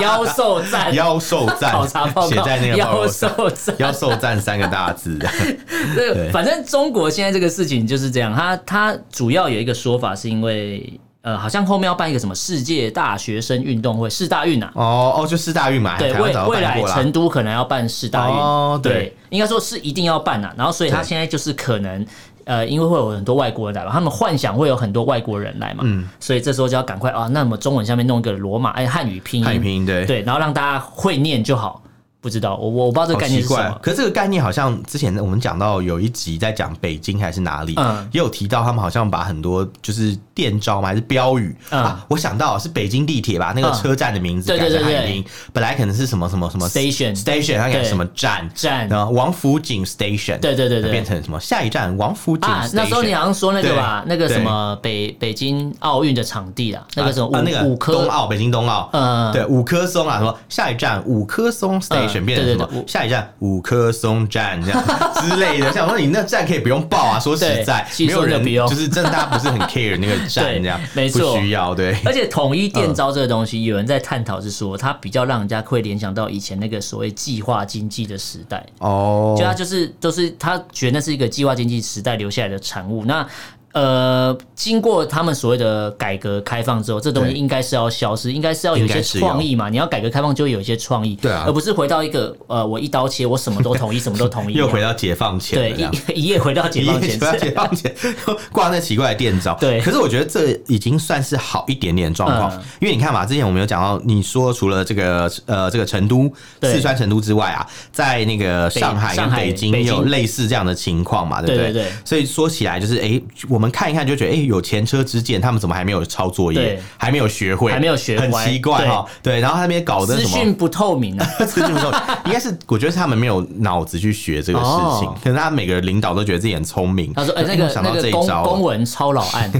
Speaker 2: 妖兽站。
Speaker 1: 妖兽站
Speaker 2: 考察报
Speaker 1: 写
Speaker 2: 告
Speaker 1: 在那，个报
Speaker 2: 妖
Speaker 1: 告
Speaker 2: 兽
Speaker 1: 上
Speaker 2: 站，
Speaker 1: 妖兽站三个大字， <laughs>
Speaker 2: <laughs> 这个
Speaker 1: 对
Speaker 2: 反正中国现在这个事情就是这样，它它主要有一个说法是因为。呃，好像后面要办一个什么世界大学生运动会，世大运啊，
Speaker 1: 哦哦，就四大运嘛，
Speaker 2: 对，
Speaker 1: 台湾
Speaker 2: 未
Speaker 1: 早就
Speaker 2: 未
Speaker 1: 办
Speaker 2: 来
Speaker 1: 过啦
Speaker 2: 成。都可能要办世大运，
Speaker 1: 哦对
Speaker 2: 应该说是一定要办啊。然后所以他
Speaker 1: 对
Speaker 2: 现在就是可能呃，因为会有很多外国人来嘛，他们幻想会有很多外国人来嘛，
Speaker 1: 嗯
Speaker 2: 所以这时候就要赶快啊，那么中文下面弄一个罗马哎汉语拼音，
Speaker 1: 汉语拼音对
Speaker 2: 对，然后让大家会念就好。不知道，我我我不知道这个
Speaker 1: 好
Speaker 2: 概念
Speaker 1: 奇
Speaker 2: 是什
Speaker 1: 怪
Speaker 2: 么，。
Speaker 1: 可是这个概念好像之前我们讲到有一集在讲北京还是哪里，
Speaker 2: 嗯
Speaker 1: 也有提到他们好像把很多就是电招嘛还是标语、
Speaker 2: 嗯
Speaker 1: 啊，我想到是北京地铁吧，那个
Speaker 2: 嗯
Speaker 1: 车站的名字
Speaker 2: 对
Speaker 1: 改
Speaker 2: 对
Speaker 1: 成
Speaker 2: 对
Speaker 1: 汉
Speaker 2: 对
Speaker 1: 语拼音，本来可能是什么什么什么
Speaker 2: Station
Speaker 1: station，它改
Speaker 2: 对
Speaker 1: 什么站
Speaker 2: 站
Speaker 1: 然后王府井 station，
Speaker 2: 对对对对
Speaker 1: 变成什么下一站王府井 station，、
Speaker 2: 啊，那时候你好像说那个吧，
Speaker 1: 对
Speaker 2: 那个什
Speaker 1: 对
Speaker 2: 么北北京奥运的场地啊，那个什么五、
Speaker 1: 啊那个
Speaker 2: 五
Speaker 1: 冬
Speaker 2: 颗，
Speaker 1: 奥，北京冬奥，
Speaker 2: 嗯
Speaker 1: 对，五棵松啊，什么下一站五棵松 station
Speaker 2: 嗯
Speaker 1: 变成什么
Speaker 2: 对对对
Speaker 1: 下一站五棵松站这样 <laughs> 之类的，想说你那站可以不用报啊，说实
Speaker 2: 对
Speaker 1: 在，
Speaker 2: 其
Speaker 1: 没
Speaker 2: 实
Speaker 1: 有人
Speaker 2: 真的不用
Speaker 1: 就是真的大家不是很 care 那个站
Speaker 2: <laughs> 对
Speaker 1: 这样，
Speaker 2: 没
Speaker 1: 不
Speaker 2: 错
Speaker 1: 需要
Speaker 2: <laughs>
Speaker 1: 对。
Speaker 2: 而且统一电招这个东西，有人在探讨是说，它比较让人家会联想到以前那个所谓计划经济的时代，
Speaker 1: 哦
Speaker 2: 就，他就是就是他觉得那是一个计划经济时代留下来的产物。那呃，经过他们所谓的改革开放之后，这东西
Speaker 1: 对
Speaker 2: 应该是要消失，应该是要有一
Speaker 1: 应
Speaker 2: 些
Speaker 1: 该是要
Speaker 2: 创意嘛。你要改革开放就会有一些创意，
Speaker 1: 对啊
Speaker 2: 而不是回到一个呃，我一刀切，我什么都同意，什么都
Speaker 1: <laughs>
Speaker 2: 同意，
Speaker 1: 又回到解放前了
Speaker 2: 对
Speaker 1: 这样。
Speaker 2: 一 <laughs> 一夜回到解放前
Speaker 1: 不要解放前 <laughs> 挂那奇怪的电招，
Speaker 2: 对
Speaker 1: 可是我觉得这已经算是好一点点的状况，
Speaker 2: 嗯
Speaker 1: 因为你看嘛，之前我们有讲到，你说除了这个呃这个成都
Speaker 2: 对
Speaker 1: 四川成都之外啊，在那个
Speaker 2: 北
Speaker 1: 上海
Speaker 2: 上
Speaker 1: 跟
Speaker 2: 海
Speaker 1: 北京
Speaker 2: 北
Speaker 1: 也
Speaker 2: 京
Speaker 1: 有类似这样的情况嘛，对不
Speaker 2: 对对对
Speaker 1: 所以说起来就是，哎、我们看一看就觉得，哎、有前车之鉴，他们怎么还没有抄作业
Speaker 2: 对，
Speaker 1: 还没有学会，
Speaker 2: 还没有学
Speaker 1: 很
Speaker 2: 乖
Speaker 1: 奇怪哈。对，然后他们也搞的
Speaker 2: 资
Speaker 1: 什么
Speaker 2: 讯不透明
Speaker 1: <laughs>
Speaker 2: 啊，
Speaker 1: 资讯不透明，应该是我觉得是他们没有脑子去学这个事情，
Speaker 2: 哦
Speaker 1: 可能他们每个领导都觉得自己很聪明，
Speaker 2: 他说：“哎、
Speaker 1: 就
Speaker 2: 那
Speaker 1: 哎我
Speaker 2: 个
Speaker 1: 想
Speaker 2: 那
Speaker 1: 到这
Speaker 2: 个
Speaker 1: 一
Speaker 2: 公
Speaker 1: 招
Speaker 2: 公
Speaker 1: 了
Speaker 2: 文抄老
Speaker 1: <laughs>
Speaker 2: 案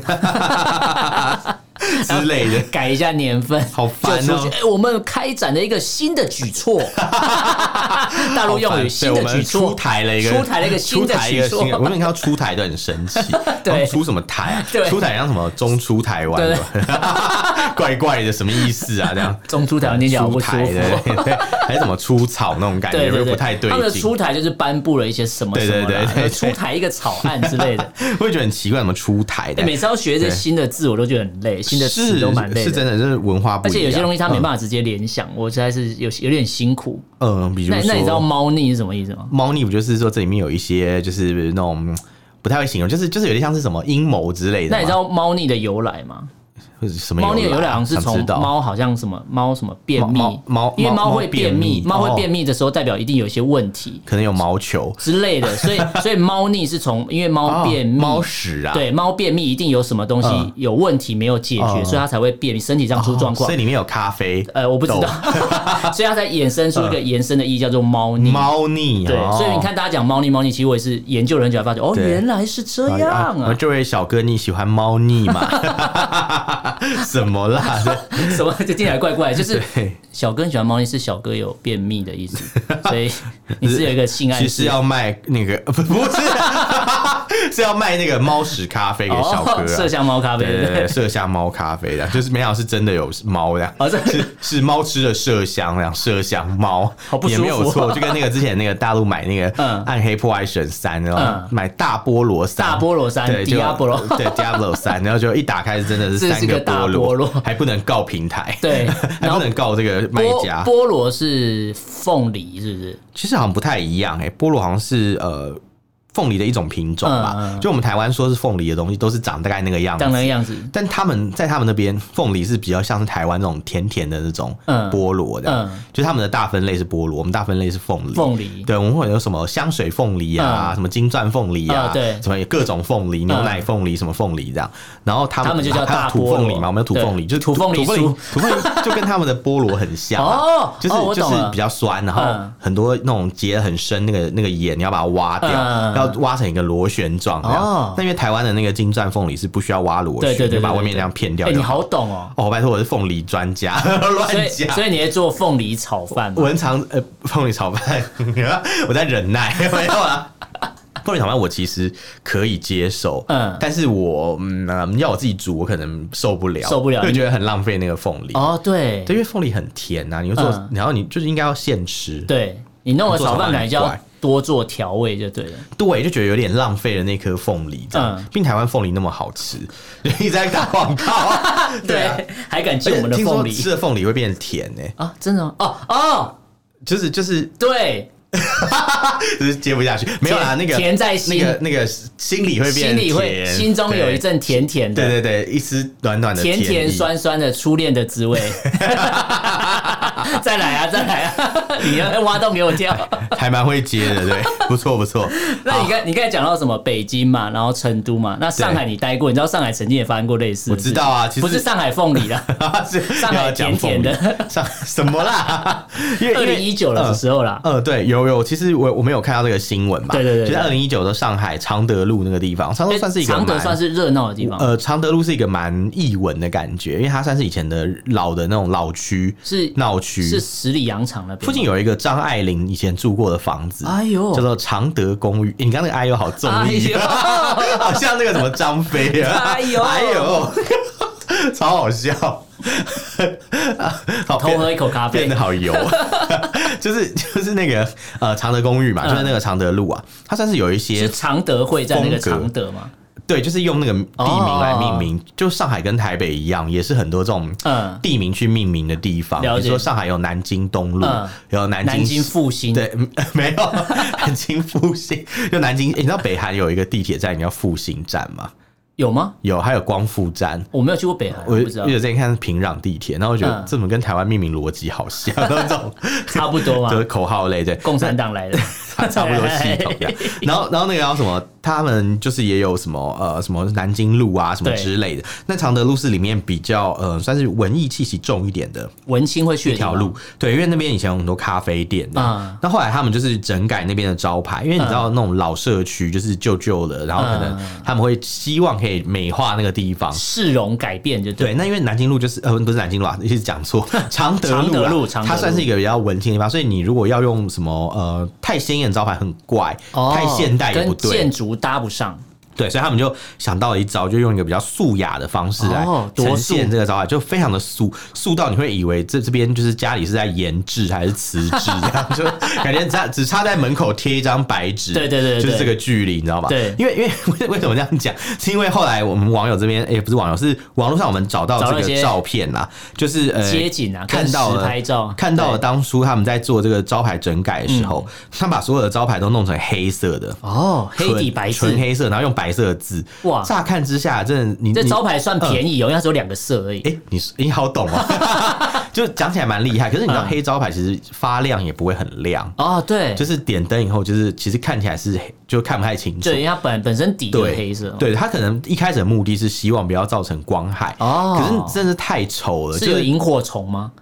Speaker 1: 之类
Speaker 2: <laughs>
Speaker 1: 的。
Speaker 2: 改一下年份，
Speaker 1: 好烦哦
Speaker 2: 就出去哎、我们开展了一个新的举措，
Speaker 1: <laughs>
Speaker 2: 大陆用语新
Speaker 1: 对
Speaker 2: 的
Speaker 1: 我
Speaker 2: 举
Speaker 1: 们出
Speaker 2: 措，
Speaker 1: 台了一个
Speaker 2: 出台了一个新的
Speaker 1: 出台一个
Speaker 2: 举措
Speaker 1: 新的我每看到出台都很生
Speaker 2: <laughs>
Speaker 1: 气，
Speaker 2: 对
Speaker 1: 他们出什么台啊？
Speaker 2: 对
Speaker 1: 出台像什么中出台湾
Speaker 2: 对，
Speaker 1: <laughs> 怪怪的，什么意思啊？这样
Speaker 2: 中出台湾听起来好不
Speaker 1: 出
Speaker 2: 舒服
Speaker 1: 台的，对还是什么出草那种感觉，
Speaker 2: <laughs> 对
Speaker 1: 又
Speaker 2: 对对，
Speaker 1: 不太对
Speaker 2: 他们的
Speaker 1: 劲
Speaker 2: 出。台就是颁布了一些什么
Speaker 1: 对
Speaker 2: 什么
Speaker 1: 对
Speaker 2: 啦，
Speaker 1: 对对对
Speaker 2: 出台一个草案之类的。
Speaker 1: 会觉得很奇怪，怎么出台的
Speaker 2: 哎？每次要学这
Speaker 1: <laughs> 对
Speaker 2: 新的字，我都觉得很累，新的词
Speaker 1: 是
Speaker 2: 都蛮累
Speaker 1: 是真的，就是文化不
Speaker 2: 而
Speaker 1: 一样。
Speaker 2: 且有些东西他没办法直接联想，我实在是有有点辛苦。
Speaker 1: 嗯，嗯，比如
Speaker 2: 那
Speaker 1: 说
Speaker 2: 那你知道猫腻是什么意思吗？
Speaker 1: 猫腻不就是说这里面有一些就是那种嗯不太会形容，就是就是有点像是什么阴谋之类的吗。
Speaker 2: 那你知道猫腻的由来吗？
Speaker 1: 或者什么
Speaker 2: 猫腻的由
Speaker 1: 由
Speaker 2: 来好像是
Speaker 1: 想
Speaker 2: 从
Speaker 1: 知道
Speaker 2: 猫好像什么猫什么便秘
Speaker 1: 猫，猫
Speaker 2: 因为
Speaker 1: 猫
Speaker 2: 猫会
Speaker 1: 猫便
Speaker 2: 便秘，
Speaker 1: 秘
Speaker 2: 猫
Speaker 1: 哦
Speaker 2: 会便秘的时候代表一定有一些问题
Speaker 1: 可能有毛球
Speaker 2: 之类
Speaker 1: <laughs>
Speaker 2: 的，所以所以猫腻是从因为猫便秘。
Speaker 1: 哦猫屎哦啊，
Speaker 2: 对，猫便秘一定有什么东西
Speaker 1: 嗯
Speaker 2: 有问题没有解决，
Speaker 1: 嗯
Speaker 2: 所以它才会便秘，身体上出状况
Speaker 1: 哦所以。里面有咖啡，
Speaker 2: 呃，我不知道
Speaker 1: 豆，
Speaker 2: <laughs> 所以它才衍生出一个延伸的意义，叫做猫腻。
Speaker 1: 猫腻。
Speaker 2: 对，
Speaker 1: 哦
Speaker 2: 所以你看大家讲猫腻猫腻，其实我也是研究了很久才发觉，哦，
Speaker 1: 对
Speaker 2: 原来是这
Speaker 1: 哎
Speaker 2: 样
Speaker 1: 呃
Speaker 2: 啊，
Speaker 1: 这位小哥，你喜欢猫腻吗？
Speaker 2: <laughs>
Speaker 1: 什么啦？
Speaker 2: 什么这听起来怪怪，就是
Speaker 1: 对，
Speaker 2: 小哥你喜欢猫腻是小哥有便秘的
Speaker 1: <laughs>
Speaker 2: 意思，所以你是有一个性
Speaker 1: 其
Speaker 2: 暗
Speaker 1: 实
Speaker 2: 示。
Speaker 1: 要卖那个 <laughs> 不不是，是要卖那个猫屎咖啡给小哥、啊
Speaker 2: 哦，麝香猫咖啡，
Speaker 1: 对
Speaker 2: 对
Speaker 1: 对
Speaker 2: 对
Speaker 1: 对， <laughs> 麝香猫咖啡的，就是没想到是真的有猫的，
Speaker 2: 哦这
Speaker 1: 是是猫吃了麝香，这样麏香猫，
Speaker 2: 好不舒
Speaker 1: 也
Speaker 2: 服啊
Speaker 1: 没有错，就跟那个之前那个大陆买那个《
Speaker 2: 嗯
Speaker 1: 暗黑破坏神三》，然后
Speaker 2: 嗯
Speaker 1: 买大菠萝三，
Speaker 2: 大菠萝三
Speaker 1: 对就
Speaker 2: Diablo
Speaker 1: <laughs> 对 Diablo 三，然后就一打开真的是
Speaker 2: 这是
Speaker 1: 三个
Speaker 2: 个大菠 <laughs> 萝
Speaker 1: 还不能告平台，
Speaker 2: 对
Speaker 1: 还不能告这个卖
Speaker 2: 菠
Speaker 1: 家，
Speaker 2: 菠萝是凤梨，是不是？
Speaker 1: 其实好像不太一样哎、菠萝好像是呃。凤梨的一种品种吧，
Speaker 2: 嗯嗯
Speaker 1: 就我们台湾说是凤梨的东西，都是长大概那个样子
Speaker 2: 长。那个样子，
Speaker 1: 但他们在他们那边，凤梨是比较像是台湾那种甜甜的那种
Speaker 2: 嗯
Speaker 1: 菠萝的，
Speaker 2: 嗯
Speaker 1: 就他们的大分类是菠萝，我们大分类是凤梨。
Speaker 2: 凤梨
Speaker 1: 对，我们会有什么香水凤梨啊，
Speaker 2: 嗯
Speaker 1: 什么金钻凤梨啊，
Speaker 2: 啊对
Speaker 1: 什么各种凤梨，牛奶凤梨，什么凤梨这样。然后他们
Speaker 2: 他们就叫
Speaker 1: 还有
Speaker 2: 大菠
Speaker 1: 土
Speaker 2: 萝
Speaker 1: 凤梨嘛，我们有土凤梨，
Speaker 2: 对
Speaker 1: 就是
Speaker 2: 土凤
Speaker 1: 土
Speaker 2: 梨
Speaker 1: 凤
Speaker 2: 酥
Speaker 1: 梨，土凤梨就 <laughs> 跟他们的菠萝很像啊。
Speaker 2: 哦
Speaker 1: 就是
Speaker 2: 哦我
Speaker 1: 就
Speaker 2: 懂
Speaker 1: 是
Speaker 2: 了
Speaker 1: 比较酸，然后
Speaker 2: 嗯
Speaker 1: 很多那种结得很深那个那个叶，你要把它挖掉，
Speaker 2: 嗯
Speaker 1: 要挖成一个螺旋状这样
Speaker 2: 哦。
Speaker 1: 那因为台湾的那个金钻凤梨是不需要挖螺旋，
Speaker 2: 对对对对
Speaker 1: 就把
Speaker 2: 对
Speaker 1: 外面那样片掉
Speaker 2: 哎，
Speaker 1: 就
Speaker 2: 你
Speaker 1: 好。
Speaker 2: 好懂哦。
Speaker 1: 哦，拜托，我是凤梨专家， <laughs>
Speaker 2: 所以
Speaker 1: 乱讲。
Speaker 2: 所以你会做凤梨炒饭吗？
Speaker 1: 文常呃凤梨炒
Speaker 2: <laughs>
Speaker 1: 饭，我在忍耐，没有啊。凤梨炒饭我其实可以接受，嗯
Speaker 2: 嗯，
Speaker 1: 但是我嗯、呃要我自己煮，我可能受不了，
Speaker 2: 受不了
Speaker 1: 就觉得很浪费那个凤梨。
Speaker 2: 哦，对
Speaker 1: 对，因为凤梨很甜呐、啊，你又做，
Speaker 2: 嗯
Speaker 1: 然后你就是应该要现吃，
Speaker 2: 对，你弄个
Speaker 1: 做炒
Speaker 2: 炒
Speaker 1: 饭
Speaker 2: 饭感觉就要
Speaker 1: 很怪
Speaker 2: 多做调味就
Speaker 1: <laughs>
Speaker 2: 对了。
Speaker 1: 对，就觉得有点浪费了那颗凤梨这样
Speaker 2: 嗯，
Speaker 1: 并台湾凤梨那么好吃， <laughs> 就一直在打广告啊，
Speaker 2: <laughs> 对
Speaker 1: 啊。，
Speaker 2: 还敢
Speaker 1: 而
Speaker 2: 进
Speaker 1: 且
Speaker 2: 我们的
Speaker 1: 听说
Speaker 2: 凤梨
Speaker 1: 吃的凤梨会变甜呢、欸
Speaker 2: 啊？真的吗哦哦，
Speaker 1: 就是就是
Speaker 2: 对，
Speaker 1: 就是接不下去，没有啦，
Speaker 2: 甜
Speaker 1: 那个
Speaker 2: 甜在心
Speaker 1: 那个那个心里会变
Speaker 2: 心里会
Speaker 1: 甜
Speaker 2: 心中有一，阵甜甜
Speaker 1: 对
Speaker 2: 的，
Speaker 1: 对对对，一丝暖暖的
Speaker 2: 甜
Speaker 1: 意
Speaker 2: 甜酸酸的初恋的
Speaker 1: <laughs>
Speaker 2: 滋味。再来啊，再来
Speaker 1: <laughs>
Speaker 2: 啊！你要挖洞给我跳。
Speaker 1: 还蛮会接的，
Speaker 2: <laughs>
Speaker 1: 对，不错不错。
Speaker 2: 那你刚你刚才讲到什么北京嘛，然后成都嘛，那上海你待过，你知道上海曾经也发生过类似
Speaker 1: 我
Speaker 2: 的事
Speaker 1: 知
Speaker 2: 情，
Speaker 1: 道啊，其实
Speaker 2: 不是上海凤梨啦，
Speaker 1: 上
Speaker 2: 海甜甜的
Speaker 1: 上什么
Speaker 2: <laughs>
Speaker 1: 啦？ <laughs> 因为
Speaker 2: 二零一九了的时候啦。
Speaker 1: 呃，对，有有，其实我我没有看到这个新闻嘛。
Speaker 2: 对对对对
Speaker 1: 就是二零一九的上海常德路那个地方，常德
Speaker 2: 哎
Speaker 1: 呃算是一个
Speaker 2: 常德
Speaker 1: 蛮
Speaker 2: 算是热闹的地方，
Speaker 1: 呃，常德路是一个蛮异文的感觉，因为它算是以前的老的那种老区
Speaker 2: 是
Speaker 1: 闹区，
Speaker 2: 是十里洋场那边
Speaker 1: 附近有一个张爱玲以前住过的房子，
Speaker 2: 哎呦
Speaker 1: 叫做常德公寓。诶你刚刚那个哎呦好中意， <laughs> 好像那个什么张飞啊，
Speaker 2: 哎呦
Speaker 1: 哎呦， <laughs> 超好笑。 <laughs> 好
Speaker 2: 偷喝一口咖
Speaker 1: 变
Speaker 2: 啡
Speaker 1: 得，好油， <laughs> 就是就是那个呃常德公寓嘛，就是那个常德路啊，它算是有一些
Speaker 2: 嗯是常德会在那个
Speaker 1: 风格
Speaker 2: 常德嘛？
Speaker 1: 对，就是用那个地
Speaker 2: 哦
Speaker 1: 名来命名，就上海跟台北一样，也是很多这种
Speaker 2: 嗯
Speaker 1: 地名去命名的地方。比
Speaker 2: 了解
Speaker 1: 如说上海有南京东路
Speaker 2: 嗯，
Speaker 1: 有南
Speaker 2: 南京
Speaker 1: 京
Speaker 2: 复兴，
Speaker 1: 对， <laughs> 嗯没有南京复兴，就南京。诶你知道北韩有一个地铁站，你叫复兴站吗？
Speaker 2: 有吗？
Speaker 1: 有，还有光复站。
Speaker 2: 我没有去过北韩，啊
Speaker 1: 我
Speaker 2: 我不知道
Speaker 1: 有，之前看平壤地铁，然后我觉得
Speaker 2: 嗯
Speaker 1: 这怎么跟台湾命名逻辑好像， <laughs> 那种
Speaker 2: 差不多
Speaker 1: 就是
Speaker 2: 嘛。
Speaker 1: 口号类，
Speaker 2: <laughs>
Speaker 1: 对，
Speaker 2: 共产党
Speaker 1: <laughs>
Speaker 2: 来的，
Speaker 1: 差不多系统这样。然后，然后那个叫什么，他们就是也有什么呃什么南京路啊什么
Speaker 2: 对
Speaker 1: 之类的。那常德路是里面比较呃算是文艺气息重一点的
Speaker 2: 文青会去的
Speaker 1: 一
Speaker 2: 地方
Speaker 1: 条路，，对，因为那边以前有很多咖啡店啊
Speaker 2: 啊。
Speaker 1: 那后来他们就是整改那边的招牌，因为你知道
Speaker 2: 嗯
Speaker 1: 那种老社区就是旧旧的，然后可能他们会希望可以美化那个地方。
Speaker 2: 市容改变就
Speaker 1: 对，
Speaker 2: 对。
Speaker 1: 那因为南京路就是呃，不是南京路啊，一直讲
Speaker 2: <laughs>
Speaker 1: 错，常德
Speaker 2: 常
Speaker 1: 路
Speaker 2: 德
Speaker 1: 啦
Speaker 2: 路常德
Speaker 1: 它算
Speaker 2: 路
Speaker 1: 是一个比较文青的地方，所以你如果要用什么呃太鲜艳的招牌很怪，
Speaker 2: 哦
Speaker 1: 太现代也不
Speaker 2: 跟
Speaker 1: 对，
Speaker 2: 建筑搭不上，
Speaker 1: 对，所以他们就想到了一招，就用一个比较素雅的方式来
Speaker 2: 哦多
Speaker 1: 呈
Speaker 2: 素
Speaker 1: 现这个招牌，就非常的素，素到你会以为这这边就是家里是在研制还是瓷制，这样就感觉差只差在门口贴一张白纸，
Speaker 2: <laughs> 对对对对
Speaker 1: 就是这个距离，你知道吧？
Speaker 2: 对
Speaker 1: 因为因为为为什么这样讲？是因为后来我们网友这边，哎、不是网友，是网络上我们找到
Speaker 2: 找到
Speaker 1: 这
Speaker 2: 一
Speaker 1: 个
Speaker 2: 些
Speaker 1: 照片
Speaker 2: <laughs>
Speaker 1: 啦，就是呃
Speaker 2: 街景啊
Speaker 1: 看到
Speaker 2: 跟
Speaker 1: 了
Speaker 2: 实拍照
Speaker 1: 看到了
Speaker 2: 对嗯
Speaker 1: 当初他们在做这个招牌整改的时候，他们把所有的招牌都弄成黑色的。
Speaker 2: 哦，黑底
Speaker 1: 纯
Speaker 2: 白字
Speaker 1: 纯，黑色，然后用白色的字，哇！
Speaker 2: 哇
Speaker 1: 乍看之下，真的你嗯
Speaker 2: 这
Speaker 1: 你
Speaker 2: 招牌算便宜哦，因为它只有两个色而已。
Speaker 1: 哎、你是你好懂
Speaker 2: <laughs>
Speaker 1: 哦，就讲起来蛮厉害。可是你知道
Speaker 2: 嗯
Speaker 1: 黑招牌其实发亮也不会很亮，
Speaker 2: 哦，对，
Speaker 1: 就是是点灯以后，就是其实看起来是黑，就看不太清楚
Speaker 2: 对，。因为它本本身底就
Speaker 1: 对，
Speaker 2: 是黑色嘛，
Speaker 1: 对他可能一开始的目的是希望不要造成光害，
Speaker 2: 哦
Speaker 1: 可是真的太丑了，
Speaker 2: 是
Speaker 1: 就
Speaker 2: 有
Speaker 1: 是
Speaker 2: 萤火虫吗？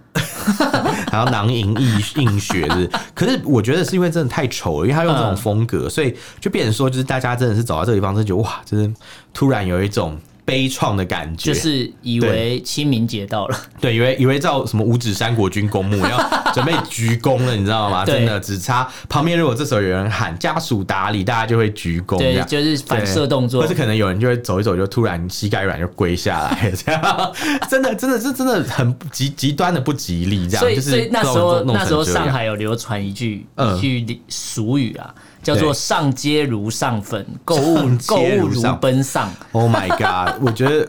Speaker 1: 然后囊萤映映雪是， <laughs> 可是我觉得是因为真的太丑了，因为他用这种
Speaker 2: 嗯
Speaker 1: 风格，所以就变成说，就是大家真的是走到这个地方，真的觉得哇，真的突然有一种悲怆的感觉，
Speaker 2: 就是以为清明节到了，
Speaker 1: 对，以为以为照什么五指山国军公墓要准备鞠躬了，你知道吗？
Speaker 2: 对
Speaker 1: 真的只差旁边如果这时候有人喊家属打理，大家就会鞠躬这
Speaker 2: 对，
Speaker 1: 样。
Speaker 2: 就是反射动作
Speaker 1: 或是，可能有人就会走一走，就突然膝盖软就跪下来，这样真的真的是真的很极极端的不吉利，这样
Speaker 2: 所以
Speaker 1: 就
Speaker 2: 所
Speaker 1: 是
Speaker 2: 以那时
Speaker 1: 弄
Speaker 2: 候
Speaker 1: 弄
Speaker 2: 那时候
Speaker 1: 成这样
Speaker 2: 上海有流传一句
Speaker 1: 嗯
Speaker 2: 一句俗语啊，叫
Speaker 1: 对
Speaker 2: 做“上街如上粉，购物
Speaker 1: <laughs> 上街
Speaker 2: 购物
Speaker 1: 如
Speaker 2: 如
Speaker 1: 上
Speaker 2: 奔
Speaker 1: <laughs>
Speaker 2: 丧
Speaker 1: Oh my god！我觉得。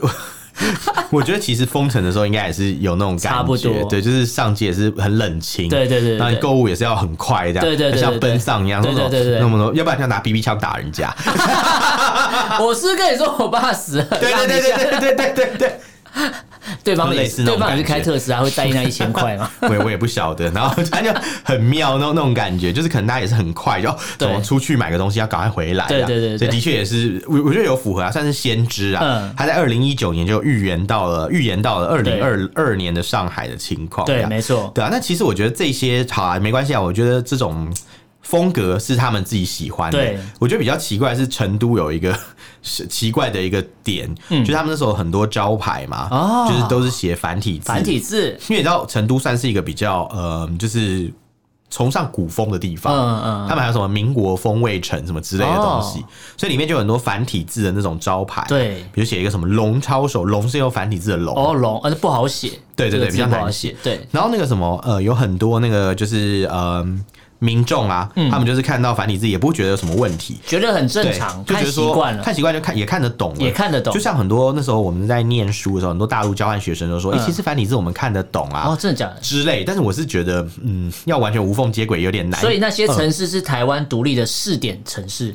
Speaker 1: 我觉得其实封城的时候应该也是有那种感觉，
Speaker 2: 差不多
Speaker 1: 对，就是上街也是很冷清，
Speaker 2: 对对对对
Speaker 1: 然后你购物也是要很快这样，
Speaker 2: 对对对对
Speaker 1: 像奔丧一样，
Speaker 2: 对对对对对
Speaker 1: 那么多，要不然就拿 BB 枪打人
Speaker 2: <laughs>
Speaker 1: 家，”。
Speaker 2: 我是跟你说，我爸死了，
Speaker 1: 对对
Speaker 2: 让你
Speaker 1: 对
Speaker 2: 下
Speaker 1: 对对对对对
Speaker 2: 对方
Speaker 1: 类
Speaker 2: 也
Speaker 1: 似
Speaker 2: 是，
Speaker 1: 那种
Speaker 2: 对方
Speaker 1: 感
Speaker 2: 也是
Speaker 1: 觉
Speaker 2: 开特斯拉，会在意那一千块
Speaker 1: <laughs>
Speaker 2: 吗？
Speaker 1: 对，我也我也不晓得，然后他就很妙那种那种感觉，就是可能大家也是很快就哦怎
Speaker 2: 对
Speaker 1: 么出去买个东西要赶快回来这样，
Speaker 2: 对对对对
Speaker 1: 所以的确也是我我觉得有符合啊，算是先知啊，
Speaker 2: 嗯
Speaker 1: 他在二零一九年就预言到了预言到了二零二二年的上海的情况，这
Speaker 2: 对，
Speaker 1: 样
Speaker 2: 没错，
Speaker 1: 对啊，那其实我觉得这些好啊，没关系啊。我觉得这种风格是他们自己喜欢的。
Speaker 2: 对
Speaker 1: 我觉得比较奇怪的是成都有一个 <laughs> 是奇怪的一个点，就是他们那时候很多招牌嘛，
Speaker 2: 嗯哦
Speaker 1: 就是都是写繁体字。
Speaker 2: 繁体，字，
Speaker 1: 因为你知道成都算是一个比较呃，就是崇尚古风的地方。
Speaker 2: 嗯嗯，
Speaker 1: 他们还有什么民国风味城什么之类的东西，
Speaker 2: 哦
Speaker 1: 所以里面就有很多繁体字的那种招牌，
Speaker 2: 对
Speaker 1: 比如写一个什么龙抄手，龙是用繁体字的龙，
Speaker 2: 哦龙，呃不好写，
Speaker 1: 对对对
Speaker 2: 这个字
Speaker 1: 比较难
Speaker 2: 不好写，对，
Speaker 1: 然后那个什么呃，有很多那个就是呃民众啊，他们就是看到繁体字也不会觉得有什么问题，
Speaker 2: 觉得很嗯正
Speaker 1: 对，
Speaker 2: 常，
Speaker 1: 就觉
Speaker 2: 看
Speaker 1: 得
Speaker 2: 习
Speaker 1: 说
Speaker 2: 惯了，
Speaker 1: 看习惯就看也看得懂了，
Speaker 2: 也看得懂
Speaker 1: 就像很多那时候我们在念书的时候，很多大陆交换学生都说，哎、其实繁体字我们看得懂啊。
Speaker 2: 嗯哦，真的假的？
Speaker 1: 之类，但是我是觉得，嗯，要完全无缝接轨有点难。
Speaker 2: 所以那些城市是台湾独立的试点城
Speaker 1: <laughs>
Speaker 2: 市，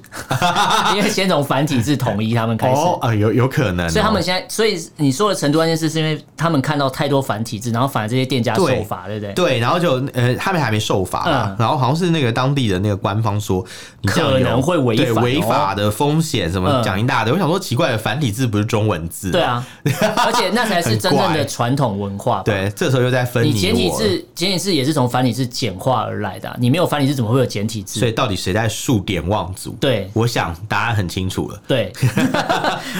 Speaker 2: 因为先从繁体字统一他们开始。
Speaker 1: 哦，呃，有有可能哦、
Speaker 2: 所以他们现在，所以你说的成都那件事，是因为他们看到太多繁体字，然后反而这些店家受
Speaker 1: 对
Speaker 2: 罚，对不对？
Speaker 1: 对，然后就呃，他们还没受罚啦、
Speaker 2: 嗯
Speaker 1: 然后好像是那个当地的那个官方说，你这样
Speaker 2: 可
Speaker 1: 有
Speaker 2: 能会违
Speaker 1: 对
Speaker 2: 反
Speaker 1: 违
Speaker 2: 哦
Speaker 1: 法的风险什么
Speaker 2: 嗯
Speaker 1: 讲一大堆。我想说奇怪，繁体字不是中文字，
Speaker 2: 对，啊，而且那才是真正的传统文化吧。
Speaker 1: 对，这时候又在分
Speaker 2: 你
Speaker 1: 我
Speaker 2: 简体
Speaker 1: 了，
Speaker 2: 字，简体字也是从繁体字简化而来的啊、你没有繁体字，怎么会有简体
Speaker 1: <laughs> 所
Speaker 2: 字？
Speaker 1: 以到底谁在数典忘祖？
Speaker 2: 对
Speaker 1: 我想答案很清楚了。 <laughs>
Speaker 2: 对，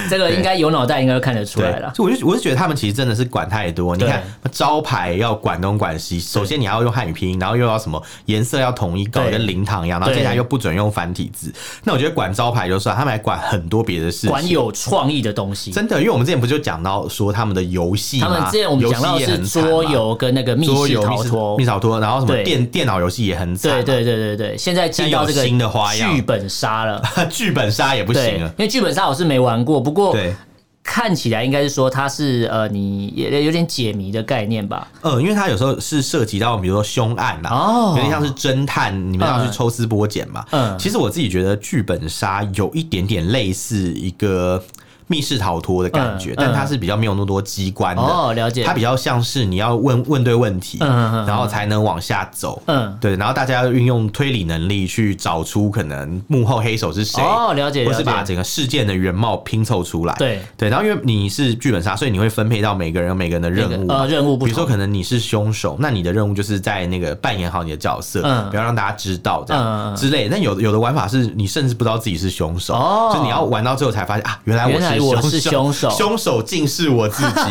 Speaker 2: 这个应该有脑袋应该看得出
Speaker 1: 对
Speaker 2: 来了，。
Speaker 1: 所以我就我就觉得他们其实真的是管太多。你
Speaker 2: 对
Speaker 1: 看招牌要管东管西，首先你要用汉语拼音，然后又要什么颜色要统一，搞得
Speaker 2: 对
Speaker 1: 跟灵堂一样，然后
Speaker 2: 对
Speaker 1: 接下来又不准用繁体字。那我觉得管招牌就算，他们还管很多别的事情。
Speaker 2: 管有创意的东西。
Speaker 1: 真的，因为我们之前不就讲到说他们的游戏
Speaker 2: 他
Speaker 1: 嘛，
Speaker 2: 们之前我们
Speaker 1: 游
Speaker 2: 讲到
Speaker 1: 戏
Speaker 2: 的
Speaker 1: 也很
Speaker 2: 是
Speaker 1: 惨嘛
Speaker 2: 桌。游跟那个密
Speaker 1: 桌
Speaker 2: 室
Speaker 1: 游、
Speaker 2: 逃
Speaker 1: 密室
Speaker 2: 脱
Speaker 1: 密，室逃脱，然后什么
Speaker 2: 对
Speaker 1: 电电脑游戏也很惨嘛，
Speaker 2: 对对对对对，现在进到这
Speaker 1: 现在
Speaker 2: 个
Speaker 1: 有新的花样
Speaker 2: 剧本杀了。
Speaker 1: <laughs> 剧本杀也不
Speaker 2: 对，
Speaker 1: 行
Speaker 2: 因
Speaker 1: 了，
Speaker 2: 为剧本杀我是没玩过，不过
Speaker 1: 对，
Speaker 2: 看起来应该是说它是呃，你也有点解谜的概念吧？
Speaker 1: 呃，因为它有时候是涉及到比如说凶案啦、
Speaker 2: 哦
Speaker 1: 有点像是侦探，你们要去
Speaker 2: 嗯
Speaker 1: 抽丝剥茧嘛。
Speaker 2: 嗯
Speaker 1: 其实我自己觉得剧本杀有一点点类似一个密室逃脱的感觉，
Speaker 2: 嗯
Speaker 1: 但它
Speaker 2: 嗯
Speaker 1: 是比较没有那么多机关的。
Speaker 2: 哦，了解
Speaker 1: 它。比较像是你要问问对问题，
Speaker 2: 嗯嗯嗯
Speaker 1: 然后才能往下走。
Speaker 2: 嗯，
Speaker 1: 对，然后大家要运用推理能力去找出可能幕后黑手是谁，
Speaker 2: 哦，了解，
Speaker 1: 或
Speaker 2: 了
Speaker 1: 是把
Speaker 2: 解。
Speaker 1: 整个事件的原貌拼凑出来。
Speaker 2: 对
Speaker 1: 对，然后因为你是剧本杀，所以你会分配到每个人有每个人的任务
Speaker 2: 那
Speaker 1: 嘛。
Speaker 2: 个呃，任务不
Speaker 1: 比如说，
Speaker 2: 同。
Speaker 1: 可能你是凶手，那你的任务就是在那个扮演好你的角色，
Speaker 2: 嗯
Speaker 1: 不要让大家知道这
Speaker 2: 嗯嗯
Speaker 1: 样
Speaker 2: 嗯
Speaker 1: 之类的。但有有的玩法是你甚至不知道自己是凶手，
Speaker 2: 哦
Speaker 1: 就你要玩到最后才发现啊，原来
Speaker 2: 原来我
Speaker 1: 我是
Speaker 2: 是凶
Speaker 1: 凶
Speaker 2: 手
Speaker 1: 凶手竟是我自
Speaker 2: <laughs>
Speaker 1: 己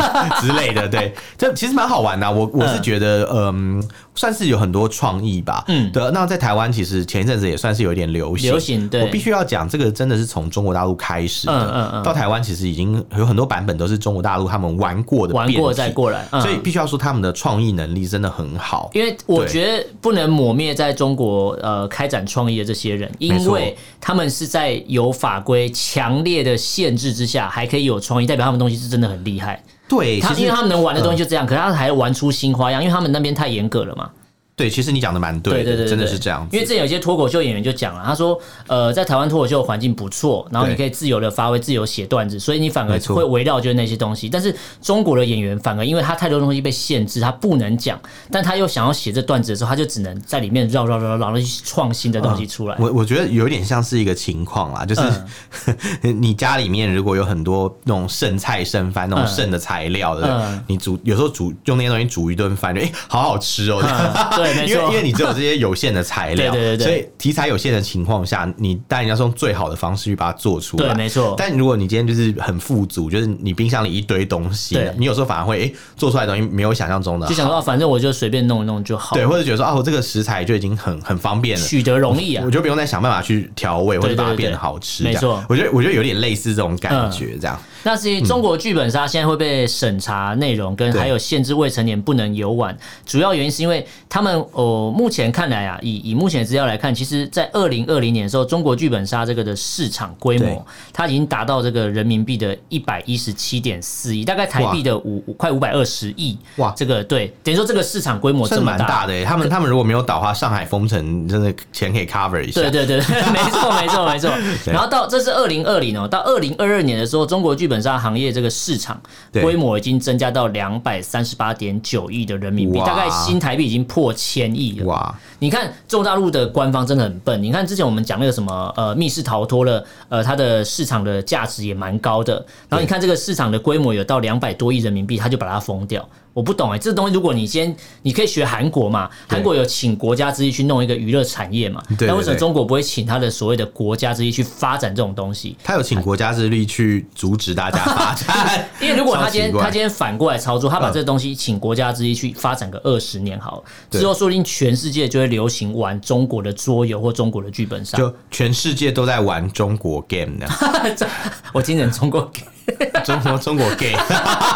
Speaker 1: 之类的。对，这其实蛮好玩的啊。我我是
Speaker 2: 嗯
Speaker 1: 觉得，嗯，算是有很多创意吧。
Speaker 2: 嗯
Speaker 1: 对。那在台湾其实前一阵子也算是有一点流行，
Speaker 2: 流行对
Speaker 1: 我必须要讲，这个真的是从中国大陆开始
Speaker 2: 嗯嗯
Speaker 1: 的
Speaker 2: 嗯，
Speaker 1: 到台湾其实已经有很多版本都是中国大陆他们玩过的
Speaker 2: 玩
Speaker 1: 变
Speaker 2: 过
Speaker 1: 体
Speaker 2: 再过来，嗯
Speaker 1: 所以必须要说他们的创意能力真的很好。
Speaker 2: 因为我
Speaker 1: 对
Speaker 2: 觉得不能抹灭在中国呃开展创意的这些人，
Speaker 1: 没
Speaker 2: 因
Speaker 1: 错
Speaker 2: 为他们是在有法规强烈的限制之下，还可以有创意，代表他们东西是真的很厉害。
Speaker 1: 对，
Speaker 2: 他
Speaker 1: 欸其
Speaker 2: 因为
Speaker 1: 实
Speaker 2: 他们能玩的东西就这样，可是他还玩出新花样，因为他们那边太严格了嘛。
Speaker 1: 对，其实你讲的蛮
Speaker 2: 对
Speaker 1: 对
Speaker 2: 对
Speaker 1: 的，
Speaker 2: 对，
Speaker 1: 真的
Speaker 2: 对
Speaker 1: 是这样子
Speaker 2: 因为。之前有些脱口秀演员就讲了，他说，呃，在台湾脱口秀环境不错，然后你
Speaker 1: 对
Speaker 2: 可以自由的发挥、自由写段子，所以你反而
Speaker 1: 没错
Speaker 2: 会围绕就是那些东西。但是中国的演员反而因为他太多东西被限制，他不能讲，但他又想要写这段子的时候，他就只能在里面绕绕绕绕，然后去创新的东西出来。
Speaker 1: <laughs> 我我觉得有点像是一个情况啦，就是、<laughs>
Speaker 2: 嗯
Speaker 1: 你家里面如果有很多那种剩菜剩饭、那种剩的材料的，
Speaker 2: 嗯
Speaker 1: 你煮有时候煮用那些东西煮一顿饭，就哎、好好吃哦、
Speaker 2: 嗯对没错
Speaker 1: <laughs> 因为因为你只有这些有限的材料，
Speaker 2: <laughs> 对对对对
Speaker 1: 所以题材有限的情况下，你当然要用最好的方式去把它做出来，
Speaker 2: 对没
Speaker 1: <laughs>
Speaker 2: 错
Speaker 1: 但如果你今天就是很富足，就是你冰箱里一堆东西
Speaker 2: 对，
Speaker 1: 你有时候反而会哎、做出来的东西没有想象中的
Speaker 2: 就想
Speaker 1: 好
Speaker 2: 说，啊反正我就随便弄一弄就好，
Speaker 1: 对，或者觉得说啊，我这个食材就已经很很方便了。
Speaker 2: 取得容易啊
Speaker 1: 我。就不用再想办法去调味，或
Speaker 2: 对
Speaker 1: 者
Speaker 2: 对
Speaker 1: 把它
Speaker 2: 对
Speaker 1: 变得好吃。
Speaker 2: 没
Speaker 1: 这样
Speaker 2: 错嗯
Speaker 1: 我觉得我觉得有点类似这种感觉，这样。
Speaker 2: 那至于中国剧本杀现在会被审查内容，跟
Speaker 1: 对
Speaker 2: 还有限制未成年不能游玩，主要原因是因为他们哦，目前看来啊，以以目前的资料来看，其实在二零二零年的时候，中国剧本杀这个的市场规
Speaker 1: 对
Speaker 2: 模，它已经达到这个人民币的一百一十七点四亿，大概台币的五五快五百二十亿。
Speaker 1: 哇
Speaker 2: 这个对，等于说这个市场规模
Speaker 1: 算
Speaker 2: 这
Speaker 1: 是
Speaker 2: 么
Speaker 1: 蛮大的、欸，他们他们如果没有倒的话，上海封城真的钱可以 cover 一下。
Speaker 2: 对对对，
Speaker 1: <laughs>
Speaker 2: 对没错没错没错。
Speaker 1: 对
Speaker 2: 然后到这是二零二零哦，到二零二二年的时候，中国剧本杀行业这个市场
Speaker 1: 对
Speaker 2: 规模已经增加到两百三十八点九亿的人民币，
Speaker 1: 哇
Speaker 2: 大概新台币已经破千亿了。
Speaker 1: 哇，
Speaker 2: 你看中国大陆的官方真的很笨，你看之前我们讲那个什么呃密室逃脱了，呃它的市场的价值也蛮高的，然后你看这个市场的规模有到两百多亿人民币，他就把它封掉。我不懂哎、这东西如果你先，你可以学韩国嘛，
Speaker 1: 对
Speaker 2: 韩国有请国家之力去弄一个娱乐产业嘛，
Speaker 1: 对对
Speaker 2: 那为什么
Speaker 1: 对
Speaker 2: 中国不会请他的所谓的国家之力去发展这种东西？
Speaker 1: 他有请国家之力去阻止大家发
Speaker 2: <laughs>，
Speaker 1: 展
Speaker 2: 因为如果他今天
Speaker 1: 超奇怪
Speaker 2: 他今天反过来操作，他把
Speaker 1: 嗯
Speaker 2: 这东西请国家之力去发展个二十年好了，
Speaker 1: 对
Speaker 2: 之后说不定全世界就会流行玩中国的桌游或中国的剧本杀。
Speaker 1: 就全世界都在玩中国 game 呢，
Speaker 2: 我今年中国
Speaker 1: 中国中国 game，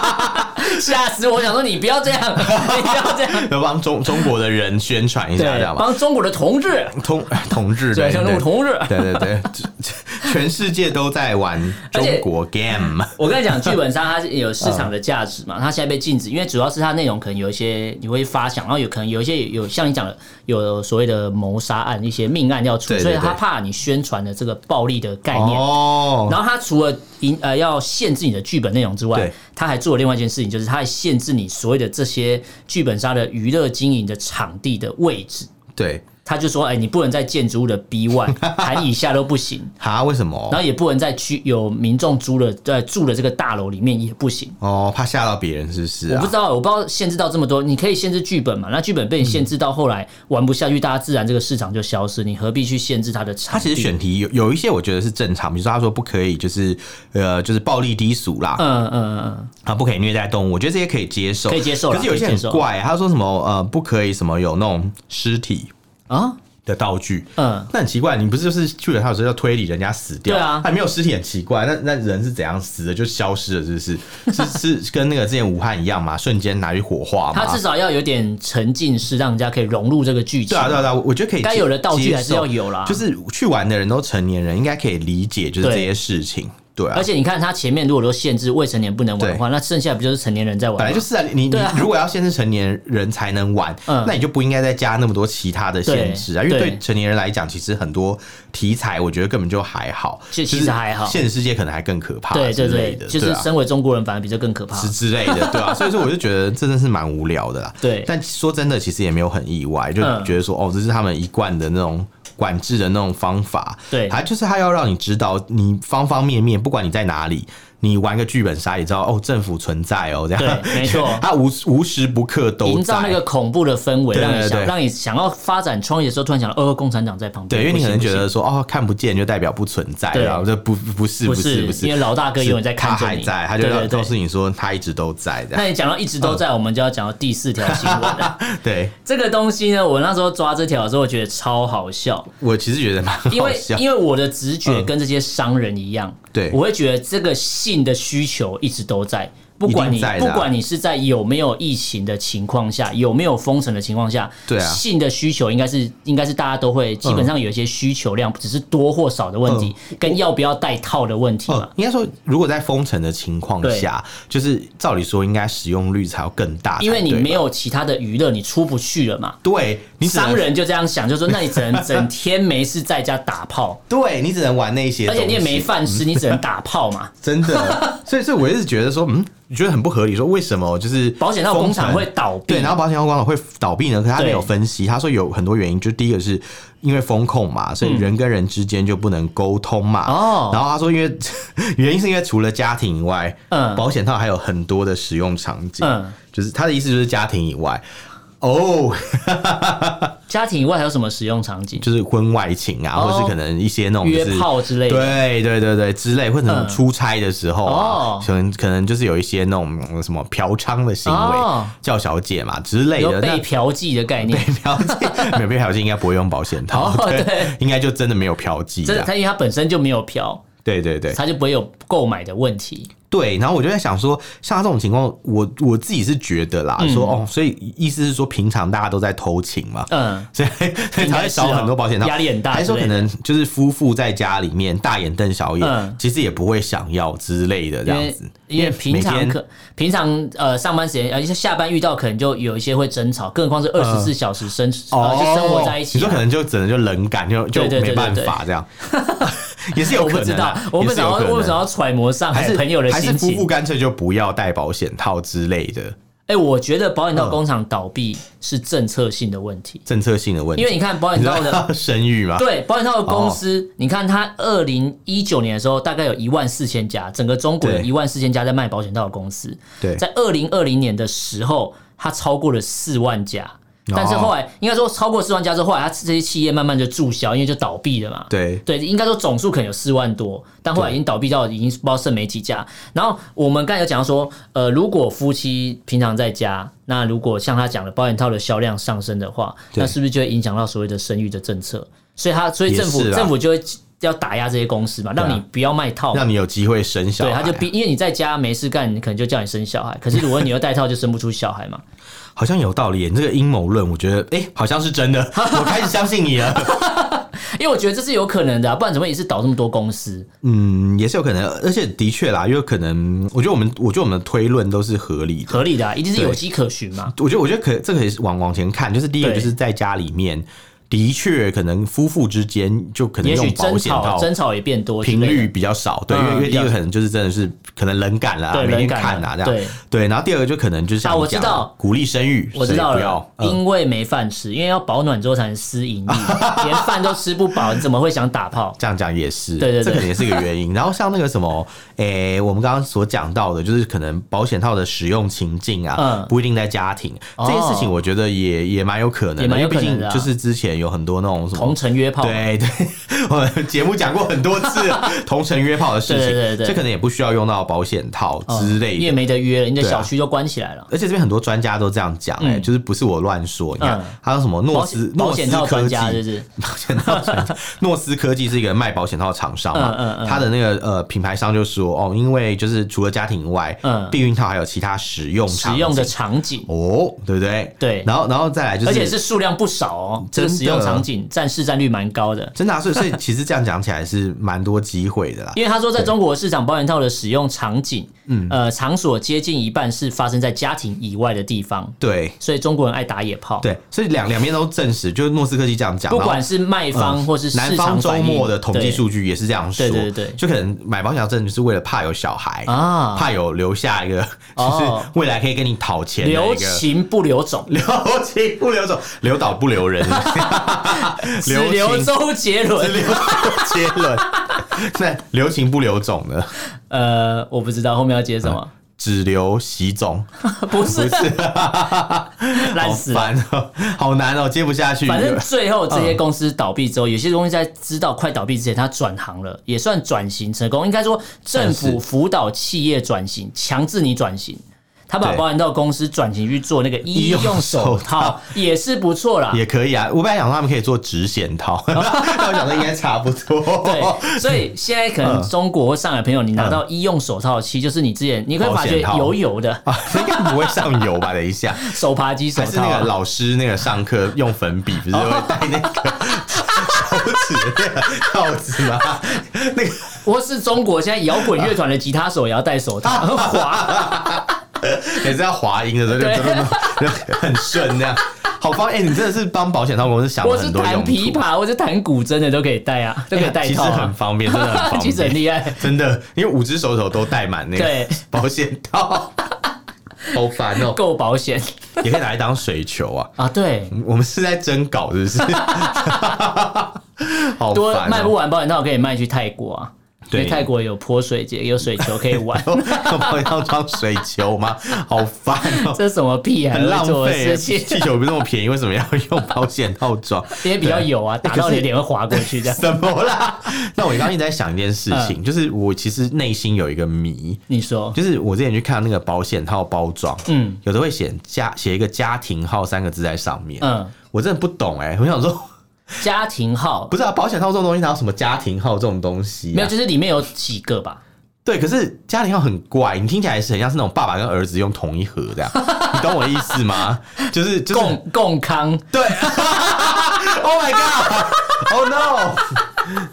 Speaker 2: <laughs> 吓死我！我想说你不要这样，你不要这样，
Speaker 1: 要 <laughs> 帮中中国的人宣传一下，这
Speaker 2: 对
Speaker 1: 样，吧？
Speaker 2: 帮中国的同志，
Speaker 1: 同 <laughs> 同志
Speaker 2: 对，
Speaker 1: 对
Speaker 2: 像中
Speaker 1: 对
Speaker 2: 国同志。
Speaker 1: 对对对， <laughs> 这全世界都在玩中国 game，
Speaker 2: 我跟你讲，剧本杀它是有市场的价值
Speaker 1: 嗯
Speaker 2: 嘛，它现在被禁止，因为主要是它内容可能有一些你会发想，然后有可能有一些有像你讲的有所谓的谋杀案、一些命案要出，
Speaker 1: 对对
Speaker 2: 所以
Speaker 1: 对
Speaker 2: 他怕你宣传的这个暴力的概念。
Speaker 1: 哦，
Speaker 2: 然后他除了引呃要限制你的剧本内容之外
Speaker 1: 对，
Speaker 2: 他还做了另外一件事情，就是他还限制你所有的这些剧本杀的娱乐经营的场地的位置。
Speaker 1: 对，
Speaker 2: 他就说，哎、你不能在建筑物的 B
Speaker 1: <laughs>
Speaker 2: one 含以下都不行，
Speaker 1: 哈，为什么
Speaker 2: 然？后也不能在区有民众租的在住的这个大楼里面也不行。
Speaker 1: 哦，怕吓到别人是不是
Speaker 2: 我
Speaker 1: 啊
Speaker 2: 不？知道，我不知道限制到这么多，你可以限制剧本嘛？那剧本被你限制到后来玩不下去，大家自然这个市场就消失，你何必去限制它的
Speaker 1: 他
Speaker 2: 场地？
Speaker 1: 其实选题有有一些我觉得是正常，比如说他说不可以就是呃就是暴力低俗啦，
Speaker 2: 嗯嗯嗯嗯，
Speaker 1: 啊不可以虐待动物，我觉得这些可以接受，
Speaker 2: 可以接受啦
Speaker 1: 可是有些
Speaker 2: 可以
Speaker 1: 很
Speaker 2: 接受
Speaker 1: 怪，他说什么呃不可以什么有那种尸体
Speaker 2: 啊
Speaker 1: 的道具，
Speaker 2: 嗯，
Speaker 1: 那很奇怪，你不是就是去了他有时候要推理人家死掉，哎
Speaker 2: 对啊
Speaker 1: 还没有尸体很奇怪，那那人是怎样死的就消失了，是 <laughs> 不是？是是跟那个之前武汉一样嘛，瞬间拿去火化
Speaker 2: 它
Speaker 1: 嘛
Speaker 2: 至？少要有点沉浸式，让人家可以融入这个剧情。
Speaker 1: 对啊对啊对啊，我我觉得可以接，
Speaker 2: 该有的道具还
Speaker 1: 接受
Speaker 2: 是要有啊啦。
Speaker 1: 就是去玩的人都成年人，应该可以理解就是这些事情，对啊
Speaker 2: 而。且你看，它前面如果都限制未成年不能玩的话，那剩下不就是成年人在玩吗？
Speaker 1: 本来就是啊，你你
Speaker 2: 对啊
Speaker 1: 如果要限制成年人才能玩，
Speaker 2: 嗯
Speaker 1: 那你就不应该再加那么多其他的限制啊，
Speaker 2: 对
Speaker 1: 因为对
Speaker 2: 对
Speaker 1: 成年人来讲，其实很多题材我觉得根本就还好，
Speaker 2: 其
Speaker 1: 就是
Speaker 2: 其实还好
Speaker 1: 现实世界可能还更可怕，
Speaker 2: 对对
Speaker 1: 类
Speaker 2: 对
Speaker 1: 的，，
Speaker 2: 就是
Speaker 1: 对啊
Speaker 2: 身为中国人，反而比这更可怕。
Speaker 1: 之之类的，
Speaker 2: <laughs>
Speaker 1: 对啊，所以说我就觉得这真是蛮无聊的啦。
Speaker 2: 对
Speaker 1: 但说真的，其实也没有很意外，就
Speaker 2: 嗯
Speaker 1: 觉得说、哦，这是他们一贯的那种管制的那种方法。
Speaker 2: 对
Speaker 1: 还就是他要让你知道你方方面面，不管你在哪里。你玩个剧本杀，也知道哦，政府存在哦，这样
Speaker 2: 对没错
Speaker 1: <laughs> 他无无时不刻都在
Speaker 2: 营造那个恐怖的氛围，
Speaker 1: 对
Speaker 2: 让你
Speaker 1: 对
Speaker 2: 想
Speaker 1: 对
Speaker 2: 让你想要发展创业的时候，突然想到，哦，共产党在旁边。
Speaker 1: 对，因为你可能
Speaker 2: 不
Speaker 1: 觉
Speaker 2: 行不行
Speaker 1: 得说哦，看不见就代表不存在，
Speaker 2: 对
Speaker 1: 然后这不不是
Speaker 2: 不
Speaker 1: 是不
Speaker 2: 因为老大哥永远在看
Speaker 1: 他
Speaker 2: 着
Speaker 1: 还
Speaker 2: 你。
Speaker 1: 在，他就
Speaker 2: 对
Speaker 1: 要
Speaker 2: 对
Speaker 1: 告诉
Speaker 2: 对。
Speaker 1: 你说他一直都在这样。
Speaker 2: 那你讲到一直
Speaker 1: 嗯
Speaker 2: 都在，我们就要讲到第四条新闻了。 <laughs>
Speaker 1: 对
Speaker 2: 这个东西呢，我那时候抓这条的时候，我觉得超好笑。
Speaker 1: 我其实觉得蛮
Speaker 2: <laughs> 因
Speaker 1: 好
Speaker 2: 为
Speaker 1: 笑，
Speaker 2: 因为我的直觉
Speaker 1: 嗯
Speaker 2: 跟这些商人一样，
Speaker 1: 对
Speaker 2: 我会觉得这个性的需求一直都在，不管
Speaker 1: 一
Speaker 2: 你
Speaker 1: 定在的
Speaker 2: 不
Speaker 1: 啊
Speaker 2: 管你是在有没有疫情的情况下，有没有封城的情况下，
Speaker 1: 对啊
Speaker 2: 性的需求应该是应该是大家都会基本上有一些需求量，只是多或少的问题，
Speaker 1: 嗯
Speaker 2: 跟要不要戴套的问题嘛
Speaker 1: 哦。，应该说，如果在封城的情况下，就是照理说应该使用率才要更大才对吧，啊
Speaker 2: 因为你没有其他的娱乐，你出不去了嘛。
Speaker 1: 对你只能，
Speaker 2: 商人就这样想，就说那你只能整天没事在家打炮
Speaker 1: 对你只能玩那些
Speaker 2: 而
Speaker 1: 东西，
Speaker 2: 且你也没饭吃，你只能打炮嘛。
Speaker 1: 真
Speaker 2: <laughs>
Speaker 1: 的，所以所以我一直觉得说，嗯，觉得很不合理，说为什么就是
Speaker 2: 保险套工厂
Speaker 1: 封城
Speaker 2: 会倒闭，
Speaker 1: 对，然后保险套工厂会倒闭呢？可是他
Speaker 2: 对
Speaker 1: 没有分析，他说有很多原因，就第一个是因为风控嘛，所以人跟人之间就不能沟通嘛。
Speaker 2: 哦
Speaker 1: 然后他说，因为 <laughs> 原因是因为除了家庭以外，
Speaker 2: 嗯
Speaker 1: 保险套还有很多的使用场景，
Speaker 2: 嗯
Speaker 1: 就是他的意思就是家庭以外。哦，
Speaker 2: 家庭以外还有什么使用场景？
Speaker 1: 就是婚外情啊，
Speaker 2: 哦
Speaker 1: 或是可能一些那种、就
Speaker 2: 约
Speaker 1: 是、
Speaker 2: 炮之类的。
Speaker 1: 对对对对，之类或者
Speaker 2: 嗯
Speaker 1: 出差的时候啊，
Speaker 2: 哦
Speaker 1: 可能可能就是有一些那种嗯什么嫖娼的行为，
Speaker 2: 哦
Speaker 1: 叫小姐嘛之类
Speaker 2: 有
Speaker 1: 的，那
Speaker 2: 被嫖妓的概念，
Speaker 1: 嫖妓，没有被嫖妓应该不会用保险套，
Speaker 2: 哦对
Speaker 1: 对，应该就真的没有嫖妓
Speaker 2: 真
Speaker 1: 这
Speaker 2: 的，
Speaker 1: 样
Speaker 2: 他因为他本身就没有嫖，
Speaker 1: 对对对
Speaker 2: 他就不会有购买的问题。
Speaker 1: 对，然后我就在想说，像他这种情况，我我自己是觉得啦，说哦，所以意思是说，平常大家都在偷情嘛，
Speaker 2: 嗯，
Speaker 1: 所以所以才会少很多保险套，
Speaker 2: 压力很大
Speaker 1: 还是说
Speaker 2: 之类
Speaker 1: 可
Speaker 2: 的
Speaker 1: 能就是夫妇在家里面大眼瞪小
Speaker 2: 嗯
Speaker 1: 眼，其实也不会想要之类的这
Speaker 2: 因
Speaker 1: 样
Speaker 2: 为
Speaker 1: 子，
Speaker 2: 因为
Speaker 1: 每
Speaker 2: 平常
Speaker 1: 天
Speaker 2: 可平常呃上班时间，而且下班遇到可能就有一些会争吵，更何况是二十四小时生呃就生活在一
Speaker 1: 嗯哦
Speaker 2: 起
Speaker 1: 你
Speaker 2: 啊。
Speaker 1: 说可能就只能就冷感，就就
Speaker 2: 对对对
Speaker 1: 没办
Speaker 2: 对对
Speaker 1: 法这样，也是有
Speaker 2: 我
Speaker 1: 可
Speaker 2: 不知
Speaker 1: 能
Speaker 2: 道
Speaker 1: 啊，，
Speaker 2: 我
Speaker 1: 也
Speaker 2: 不
Speaker 1: 是
Speaker 2: 想
Speaker 1: 有
Speaker 2: 要，
Speaker 1: 可能
Speaker 2: 我不想要揣摩上
Speaker 1: 还
Speaker 2: 海
Speaker 1: 是
Speaker 2: 朋友的
Speaker 1: 还是
Speaker 2: 心
Speaker 1: 夫妇
Speaker 2: 情。
Speaker 1: 干脆就不要戴保险套之类的
Speaker 2: 哎，我觉得保险套
Speaker 1: 嗯
Speaker 2: 工厂倒闭是政策性的问题，
Speaker 1: 政策性的问题。
Speaker 2: 因为你看保险
Speaker 1: 你知 <laughs>
Speaker 2: 套的
Speaker 1: 道生育吗？
Speaker 2: 对，保险套的公
Speaker 1: 哦
Speaker 2: 司，你看它二零一九年的时候，大概有一万四千家，整个中国有
Speaker 1: 对
Speaker 2: 一万四千家在卖保险套的公司，
Speaker 1: 对
Speaker 2: 在二零二零年的时候，它超过了四万家。但
Speaker 1: 哦
Speaker 2: 是后来应该说超过四万家之后，后来它这些企业慢慢就注销，因为就倒闭了嘛。
Speaker 1: 对
Speaker 2: 对，应该说总数可能有四万多，但后来已经倒闭到已经不知道剩没几家。然后我们刚才有讲到说，呃，如果夫妻平常在家，那如果像他讲的保险套的销量上升的话，
Speaker 1: 对
Speaker 2: 那是不是就会影响到所谓的生育的政策？所以他所以政府
Speaker 1: 也是啊
Speaker 2: 政府就会要打压这些公司嘛，让
Speaker 1: 对啊
Speaker 2: 你不要卖套嘛。
Speaker 1: 让你有机会生小孩
Speaker 2: 对，
Speaker 1: 啊，
Speaker 2: 他就逼，因为你在家没事干，可能就叫你生小孩。可是如果你又戴套，就生不出小孩嘛。
Speaker 1: 好像有道理耶。你这个阴谋论，我觉得哎、好像是
Speaker 2: <laughs>
Speaker 1: 真的，我开始相信你了。
Speaker 2: 因为我觉得这是有可能的、啊，不然怎么也是倒这么多公司？
Speaker 1: 嗯，也是有可能，而且的确啦，因为可能，我觉得我们，我觉得我们的推论都是合理的。
Speaker 2: 合理的、啊，一定是有迹可循嘛。
Speaker 1: 我觉得，我觉得可这可以往往前看，就是第一个
Speaker 2: 对
Speaker 1: 就是在家里面，的确可能夫妇之间就可能
Speaker 2: 也
Speaker 1: 用
Speaker 2: 许
Speaker 1: 保
Speaker 2: 争
Speaker 1: 险
Speaker 2: 吵
Speaker 1: 套。
Speaker 2: 争吵也变多之类
Speaker 1: 频
Speaker 2: 的，啊
Speaker 1: 率比较少，对，因为
Speaker 2: 嗯
Speaker 1: 因为
Speaker 2: 比
Speaker 1: 第一
Speaker 2: 较
Speaker 1: 个可能就是真的是可能冷感啦，
Speaker 2: 对
Speaker 1: 每天
Speaker 2: 冷感
Speaker 1: 看
Speaker 2: 啊
Speaker 1: 啊这样
Speaker 2: 对，
Speaker 1: 对，然后第二个就可能就是像
Speaker 2: 啊
Speaker 1: 你
Speaker 2: 我知
Speaker 1: 讲的
Speaker 2: 道
Speaker 1: 鼓励生育，
Speaker 2: 我
Speaker 1: 所
Speaker 2: 知
Speaker 1: 以
Speaker 2: 道
Speaker 1: 不
Speaker 2: 了
Speaker 1: 要，，嗯
Speaker 2: 因为没饭吃，因为要保暖之后才能私盈
Speaker 1: <laughs>
Speaker 2: 利，连饭都吃不饱，你怎么会想打炮？
Speaker 1: 这样讲也是，
Speaker 2: 对对对
Speaker 1: 这可能也是个原
Speaker 2: <laughs>
Speaker 1: 因。然后像那个什么，诶、我们刚刚所讲到的，就是可能保险套的使用情境啊，
Speaker 2: 嗯哦
Speaker 1: 不一定在家庭、这件事情，我觉得也也蛮有可能的，
Speaker 2: 也蛮有可能的啊
Speaker 1: 因为毕竟就是之前有很多那种什么
Speaker 2: 同。城约炮，
Speaker 1: 对 <laughs> 对，我们节目讲过很多
Speaker 2: <laughs>
Speaker 1: 次同城约炮的事情，
Speaker 2: 对对对对
Speaker 1: 这可能也不需要用到保险套
Speaker 2: 哦
Speaker 1: 之类
Speaker 2: 你
Speaker 1: 的
Speaker 2: 也。没得约了，你的
Speaker 1: 对啊
Speaker 2: 小区都关起来了。
Speaker 1: 而且这边很多专家都这样讲、哎、
Speaker 2: 嗯
Speaker 1: 就是不是我乱说，你看
Speaker 2: 嗯，
Speaker 1: 还有什么诺
Speaker 2: 保
Speaker 1: 斯
Speaker 2: 险
Speaker 1: 诺
Speaker 2: 保
Speaker 1: 斯
Speaker 2: 险套
Speaker 1: 科
Speaker 2: 专
Speaker 1: 技，
Speaker 2: 家就是
Speaker 1: <laughs> 保险套专家 <laughs> 诺斯科技是一个卖保险套的厂商嘛，
Speaker 2: 嗯嗯嗯
Speaker 1: 他的那个呃品牌商就说哦，因为就是除了家庭以外，
Speaker 2: 嗯
Speaker 1: 避孕套还有其他使用
Speaker 2: 使
Speaker 1: 场
Speaker 2: 用的
Speaker 1: 景
Speaker 2: 场景，
Speaker 1: 哦，对不对？
Speaker 2: 对
Speaker 1: 然后然后再来就是，
Speaker 2: 而且是数量不少哦，这个
Speaker 1: 真的
Speaker 2: 使用场景占市占率蛮高的。
Speaker 1: 真的、啊，所以所以 <laughs> 其实这样讲起来是蛮多机会的啦。
Speaker 2: 因为他说，在中国市场，保险套的使用场景，嗯，呃，场所接近一半是发生在家庭以外的地方，
Speaker 1: 对
Speaker 2: 所以中国人爱打野炮。，
Speaker 1: 对，所以两两边都证实，就是诺斯科技这样讲，
Speaker 2: 不
Speaker 1: 然后
Speaker 2: 管是卖方或是市
Speaker 1: 嗯南方
Speaker 2: 场
Speaker 1: 周
Speaker 2: 反应
Speaker 1: 末的统计
Speaker 2: 对
Speaker 1: 数据也是这样说，
Speaker 2: 对对对对
Speaker 1: 就可能买保险证就是为了怕有小孩
Speaker 2: 啊
Speaker 1: 怕有留下一个，就是
Speaker 2: 哦
Speaker 1: 未来可以跟你讨钱的
Speaker 2: 留
Speaker 1: 一个。
Speaker 2: 情不留种，
Speaker 1: <laughs> 留情不留种，留岛不留
Speaker 2: <laughs>
Speaker 1: 人， <laughs>
Speaker 2: 只留
Speaker 1: 情
Speaker 2: 周杰
Speaker 1: 只
Speaker 2: 伦。
Speaker 1: 留杰伦。那留情不留种呢？
Speaker 2: 呃，我不知道后面要接
Speaker 1: <laughs>
Speaker 2: 什么，
Speaker 1: 只留习总，
Speaker 2: 不是
Speaker 1: 不是，
Speaker 2: <laughs> 烂
Speaker 1: 好
Speaker 2: 死了。
Speaker 1: 烦哦，好难哦，接不下去。
Speaker 2: 反正最后这些公司倒闭之后，有些东西在知道快倒闭之前，它转行了，也算转型成功。应该说，政
Speaker 1: 算是
Speaker 2: 府辅导企业转型，强制你转型。他把
Speaker 1: 对
Speaker 2: 保险套公司转型去做那个医
Speaker 1: 医用
Speaker 2: 用
Speaker 1: 手
Speaker 2: 手
Speaker 1: 套
Speaker 2: 套，也是不错啦。
Speaker 1: 也可以啊。我本来想说他们可以做直险
Speaker 2: <laughs>
Speaker 1: 套，但我想说应该差不多。 <laughs> 啊
Speaker 2: 对，所以现在可
Speaker 1: 嗯
Speaker 2: 能中国或上海的朋友，你拿到医用手套，其实就是你之前你会发
Speaker 1: 保
Speaker 2: 觉
Speaker 1: 险套
Speaker 2: 油油的
Speaker 1: 啊，应该不会上油吧？等一下，
Speaker 2: 手扒鸡手
Speaker 1: 还是
Speaker 2: 套
Speaker 1: 那
Speaker 2: 啊
Speaker 1: 个，老师那个上课用粉笔，不
Speaker 2: <laughs>
Speaker 1: 是会带那个手指那个套子吗？那个
Speaker 2: 或是中国现在摇滚乐团的吉他手也要戴手
Speaker 1: <laughs>
Speaker 2: 套，很
Speaker 1: 啊
Speaker 2: 滑。
Speaker 1: 也是要滑音的时候就
Speaker 2: 对
Speaker 1: 噔噔噔很顺那样，好方哎、你真的是帮保险套公司想了
Speaker 2: 我是
Speaker 1: 很多
Speaker 2: 弹
Speaker 1: 用
Speaker 2: 琵
Speaker 1: 途，啊哎
Speaker 2: 琶，我是弹古筝的都可以戴啊，都可以戴
Speaker 1: 其实
Speaker 2: 套啊、
Speaker 1: 很方便，真的很
Speaker 2: <laughs>
Speaker 1: 方便，
Speaker 2: 其实很厉
Speaker 1: <laughs>
Speaker 2: 害。
Speaker 1: 真的，因为五只手指头都戴满那个
Speaker 2: 对
Speaker 1: 保险
Speaker 2: <laughs>
Speaker 1: 套，好烦哦、
Speaker 2: 够保险
Speaker 1: 也可以拿来当水球啊。
Speaker 2: 啊！对，
Speaker 1: 我们是在征稿，是不是？
Speaker 2: <laughs>
Speaker 1: 好
Speaker 2: 多
Speaker 1: 烦、
Speaker 2: 卖
Speaker 1: 哦。
Speaker 2: 不完保险套可以卖去泰国啊，因
Speaker 1: 对。
Speaker 2: 为泰国有泼水节，有水球可以玩
Speaker 1: <laughs> 我要装水球吗？好烦哦、
Speaker 2: 这是什么屁啊！
Speaker 1: 很浪
Speaker 2: 做的
Speaker 1: 费、
Speaker 2: 事
Speaker 1: 气
Speaker 2: 情，
Speaker 1: 球不是那么便宜，为什么要用保险套装？
Speaker 2: 因为比较
Speaker 1: <laughs>
Speaker 2: 有啊，打到
Speaker 1: 可
Speaker 2: 你
Speaker 1: 是
Speaker 2: 的脸会划过去这
Speaker 1: <laughs>
Speaker 2: 样。
Speaker 1: 什么啦？那我刚刚一直在想一件事
Speaker 2: 嗯
Speaker 1: 情，就是我其实内心有一个谜，
Speaker 2: 你说，
Speaker 1: 就是我之前去看那个保险套包装，
Speaker 2: 嗯
Speaker 1: 有的会写家写一个家庭号三个字在上面，
Speaker 2: 嗯，
Speaker 1: 我真的不懂哎、我想说， <laughs>
Speaker 2: 家庭号
Speaker 1: 不是啊，保险套这种东西哪有什么家庭号这种东西、啊？
Speaker 2: 没有，就是里面有几个吧？
Speaker 1: 对，可是家庭号很怪，你听起来是很像是那种爸爸跟儿子用同一盒这样，你懂我的意思吗？就是就是
Speaker 2: 共共康，
Speaker 1: 对 <laughs> ，Oh my God，Oh no，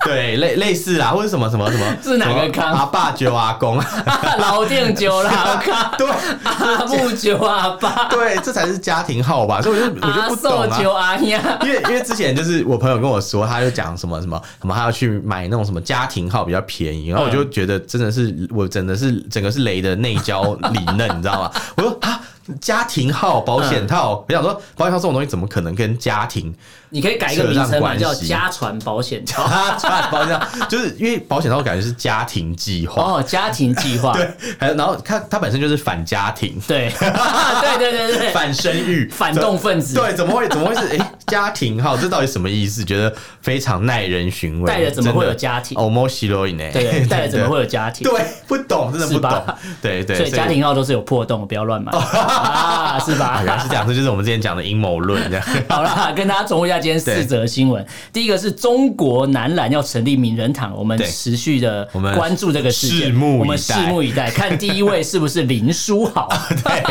Speaker 1: 对，类类似啦，或者什么什么什么
Speaker 2: 是哪个康
Speaker 1: 什么阿爸舅阿公，
Speaker 2: <laughs> 老店酒
Speaker 1: <laughs>
Speaker 2: 啦，康
Speaker 1: 对
Speaker 2: 阿木酒阿爸，
Speaker 1: 对，这才是家庭号吧？所以我就我就
Speaker 2: 阿
Speaker 1: 不懂
Speaker 2: 寿
Speaker 1: 啊
Speaker 2: 酒。阿呀，
Speaker 1: 因为因为之前就是我朋友跟我说，他就讲什么什么什么，他要去买那种什么家庭号比较便宜，然后我就觉得真的是我真的是整个是雷的内焦里嫩，你知道吗？ <laughs> 我说啊，家庭号保险套，我想说保险套这种东西怎么可能跟家庭
Speaker 2: 你可以改一个名
Speaker 1: 扯上
Speaker 2: 称嘛，
Speaker 1: 关系
Speaker 2: 叫家传保险套。
Speaker 1: 啊串保险套？就是因为保险套感觉是家庭计划，
Speaker 2: 哦，家庭计划，
Speaker 1: <laughs> 对，还有然后它它本身就是反家庭、
Speaker 2: 对，对对对对， <laughs>
Speaker 1: 反生育、
Speaker 2: 反动分子，
Speaker 1: 对，怎么会怎么会是诶家庭号，这到底什么意思？觉得非常耐人寻味。
Speaker 2: 带了怎么会有家庭
Speaker 1: 哦，莫西罗伊呢？
Speaker 2: 对，带了怎么会有家庭？
Speaker 1: 对，不懂，真的不
Speaker 2: 是
Speaker 1: 懂
Speaker 2: 吧。
Speaker 1: 对对，
Speaker 2: 所以家庭号都是有破洞，不要乱
Speaker 1: <laughs>
Speaker 2: 买啊，是吧
Speaker 1: 啊，？原来是这样，这就是我们之前讲的阴谋论这样。
Speaker 2: 好啦，跟大家总结一下今天四则新闻。第一个是中国男篮要成立名人堂，我们
Speaker 1: 对
Speaker 2: 持续的
Speaker 1: 我们
Speaker 2: 关注这个事件，
Speaker 1: 拭目以待
Speaker 2: 我们拭目以待，看第一位是不是林书
Speaker 1: <laughs>
Speaker 2: 豪。 <laughs>
Speaker 1: 对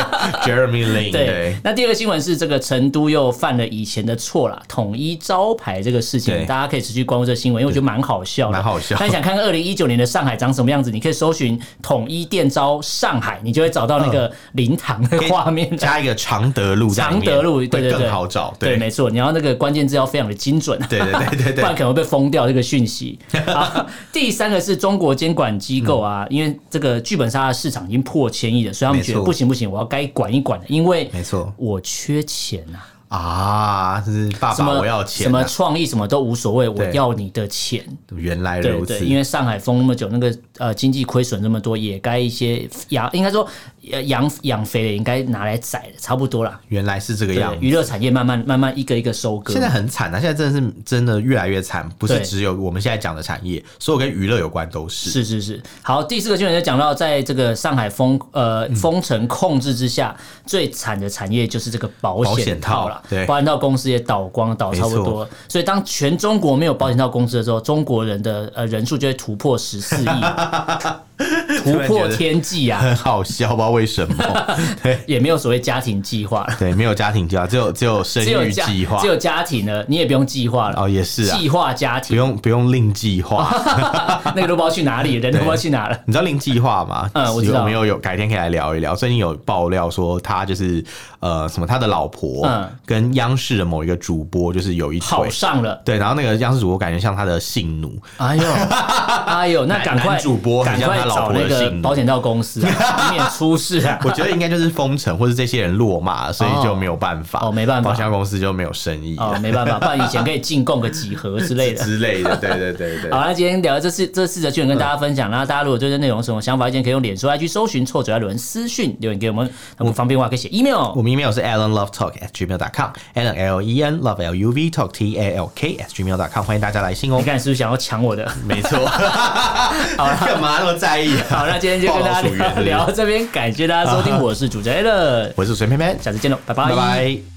Speaker 1: ，Jeremy Lin，
Speaker 2: 对
Speaker 1: 对，
Speaker 2: 那第二个新闻是这个成都又犯了以前的错啦，统一招牌这个事情，
Speaker 1: 对
Speaker 2: 大家可以持续关注这个新闻，因为我觉得蛮好笑的，
Speaker 1: 蛮好笑
Speaker 2: 但想看看二零一九年的上海长什么样子，你可以搜寻“统一店招上海”，你就会找到那个灵堂的
Speaker 1: 嗯可以
Speaker 2: 画面。
Speaker 1: 加一个常德路在里
Speaker 2: 常
Speaker 1: 面，
Speaker 2: 德路，对
Speaker 1: 会
Speaker 2: 对对，
Speaker 1: 更好找。
Speaker 2: 对，
Speaker 1: 对
Speaker 2: 没错，你要那个关键字要非常的精准。啊
Speaker 1: 对对对对对
Speaker 2: 不然可能会被封掉这个
Speaker 1: <laughs>
Speaker 2: 讯息。好第三个是中国监管机构啊，因为这个剧本杀的市场已经破千亿了，所以他们觉
Speaker 1: 嗯
Speaker 2: 得
Speaker 1: 没错
Speaker 2: 不行不行，我要该管一管了，因为
Speaker 1: 没错
Speaker 2: 我缺钱啊。
Speaker 1: 啊，就是爸
Speaker 2: 什
Speaker 1: 爸
Speaker 2: 么
Speaker 1: 我要
Speaker 2: 什
Speaker 1: 钱
Speaker 2: 么
Speaker 1: 啊，
Speaker 2: 创意什么都无所谓，我
Speaker 1: 对
Speaker 2: 要你的钱。
Speaker 1: 原来
Speaker 2: 对
Speaker 1: 如
Speaker 2: 对，
Speaker 1: 此，
Speaker 2: 因为上海封那么久，那个呃经济亏损那么多，也该一些养，应该说呃养养肥了，应该拿来宰了，差不多啦。
Speaker 1: 原来是这个
Speaker 2: 对
Speaker 1: 样，子。
Speaker 2: 娱乐产业慢慢慢慢一个一个收割嘛。
Speaker 1: 现在很惨啊！现在真的是真的越来越惨，不是
Speaker 2: 对
Speaker 1: 只有我们现在讲的产业，所有跟娱乐有关都是。
Speaker 2: 是是是，好，第四个新闻就讲到，在这个上海封呃
Speaker 1: 嗯
Speaker 2: 封城控制之下，最惨的产业就是这个保
Speaker 1: 保
Speaker 2: 险
Speaker 1: 险
Speaker 2: 套
Speaker 1: 套
Speaker 2: 了，
Speaker 1: 对
Speaker 2: 保险套公司也倒光倒差不
Speaker 1: 没错
Speaker 2: 多，所以当全中国没有保险套公司的时候，中国人的呃人数就会突破十
Speaker 1: <laughs>
Speaker 2: 四亿，突破天际啊！
Speaker 1: 很好笑，不知道为什么。
Speaker 2: <laughs> 也没有所谓家庭计划了，
Speaker 1: 对，没有家庭计划，只有只有生
Speaker 2: 只有
Speaker 1: 育
Speaker 2: 家
Speaker 1: 计划
Speaker 2: 只。有家庭呢，你也不用计划了，
Speaker 1: 哦，也是啊，
Speaker 2: 计划家
Speaker 1: 不
Speaker 2: 庭，
Speaker 1: 用不用另计划。
Speaker 2: <laughs> 那个都不知道去哪里，人都不知道去哪了。
Speaker 1: 你知道零计划吗？
Speaker 2: 嗯我知道
Speaker 1: 有没有有改天可以来聊一聊？最近有爆料说他就是呃什么他的老婆
Speaker 2: 嗯
Speaker 1: 跟央视的某一个主播就是有一
Speaker 2: 跑
Speaker 1: 腿。
Speaker 2: 上了，
Speaker 1: 对，然后那个央视主播感觉像他的性奴，
Speaker 2: 哎呦，
Speaker 1: <laughs>
Speaker 2: 哎呦，那赶快
Speaker 1: 男主播
Speaker 2: 赶
Speaker 1: 很像
Speaker 2: 快
Speaker 1: 他老
Speaker 2: 找
Speaker 1: 婆
Speaker 2: 那
Speaker 1: 的
Speaker 2: 个
Speaker 1: 姓
Speaker 2: 保险套公
Speaker 1: <laughs>
Speaker 2: 司、啊，以免出事 <laughs> 啊！
Speaker 1: 我觉得应该就是封城或是这些人落马，所以就没有办法，
Speaker 2: 哦没办法
Speaker 1: 保险公司就没有生意、啊
Speaker 2: 哦，没办法，不然以前可以进贡个几盒之类的。
Speaker 1: 之类的。对对对对
Speaker 2: <laughs> 好，那今天聊这四这四则新闻跟大家分享，那大家如果对这内容有什么想法、意见，可以用脸书、IG 搜寻“臭嘴艾伦”私讯留言给我们，那不方便的话可以写 email
Speaker 1: 我。们 email 是 alanlovetalk at gmail.com，alan l e n love l u v talk t a l k at gmail.com，欢迎大家来信哦
Speaker 2: 你。看是不是想要抢我的？
Speaker 1: <laughs> 没
Speaker 2: <laughs>
Speaker 1: 错，干嘛那么在意、啊？
Speaker 2: 好，那今天就跟大家
Speaker 1: 报道属于 <laughs> 是
Speaker 2: 聊
Speaker 1: 不是
Speaker 2: 聊到这边，感谢大家收听，我是主持人 a l
Speaker 1: 我是随偏偏，
Speaker 2: 下次见喽，拜拜
Speaker 1: 拜拜。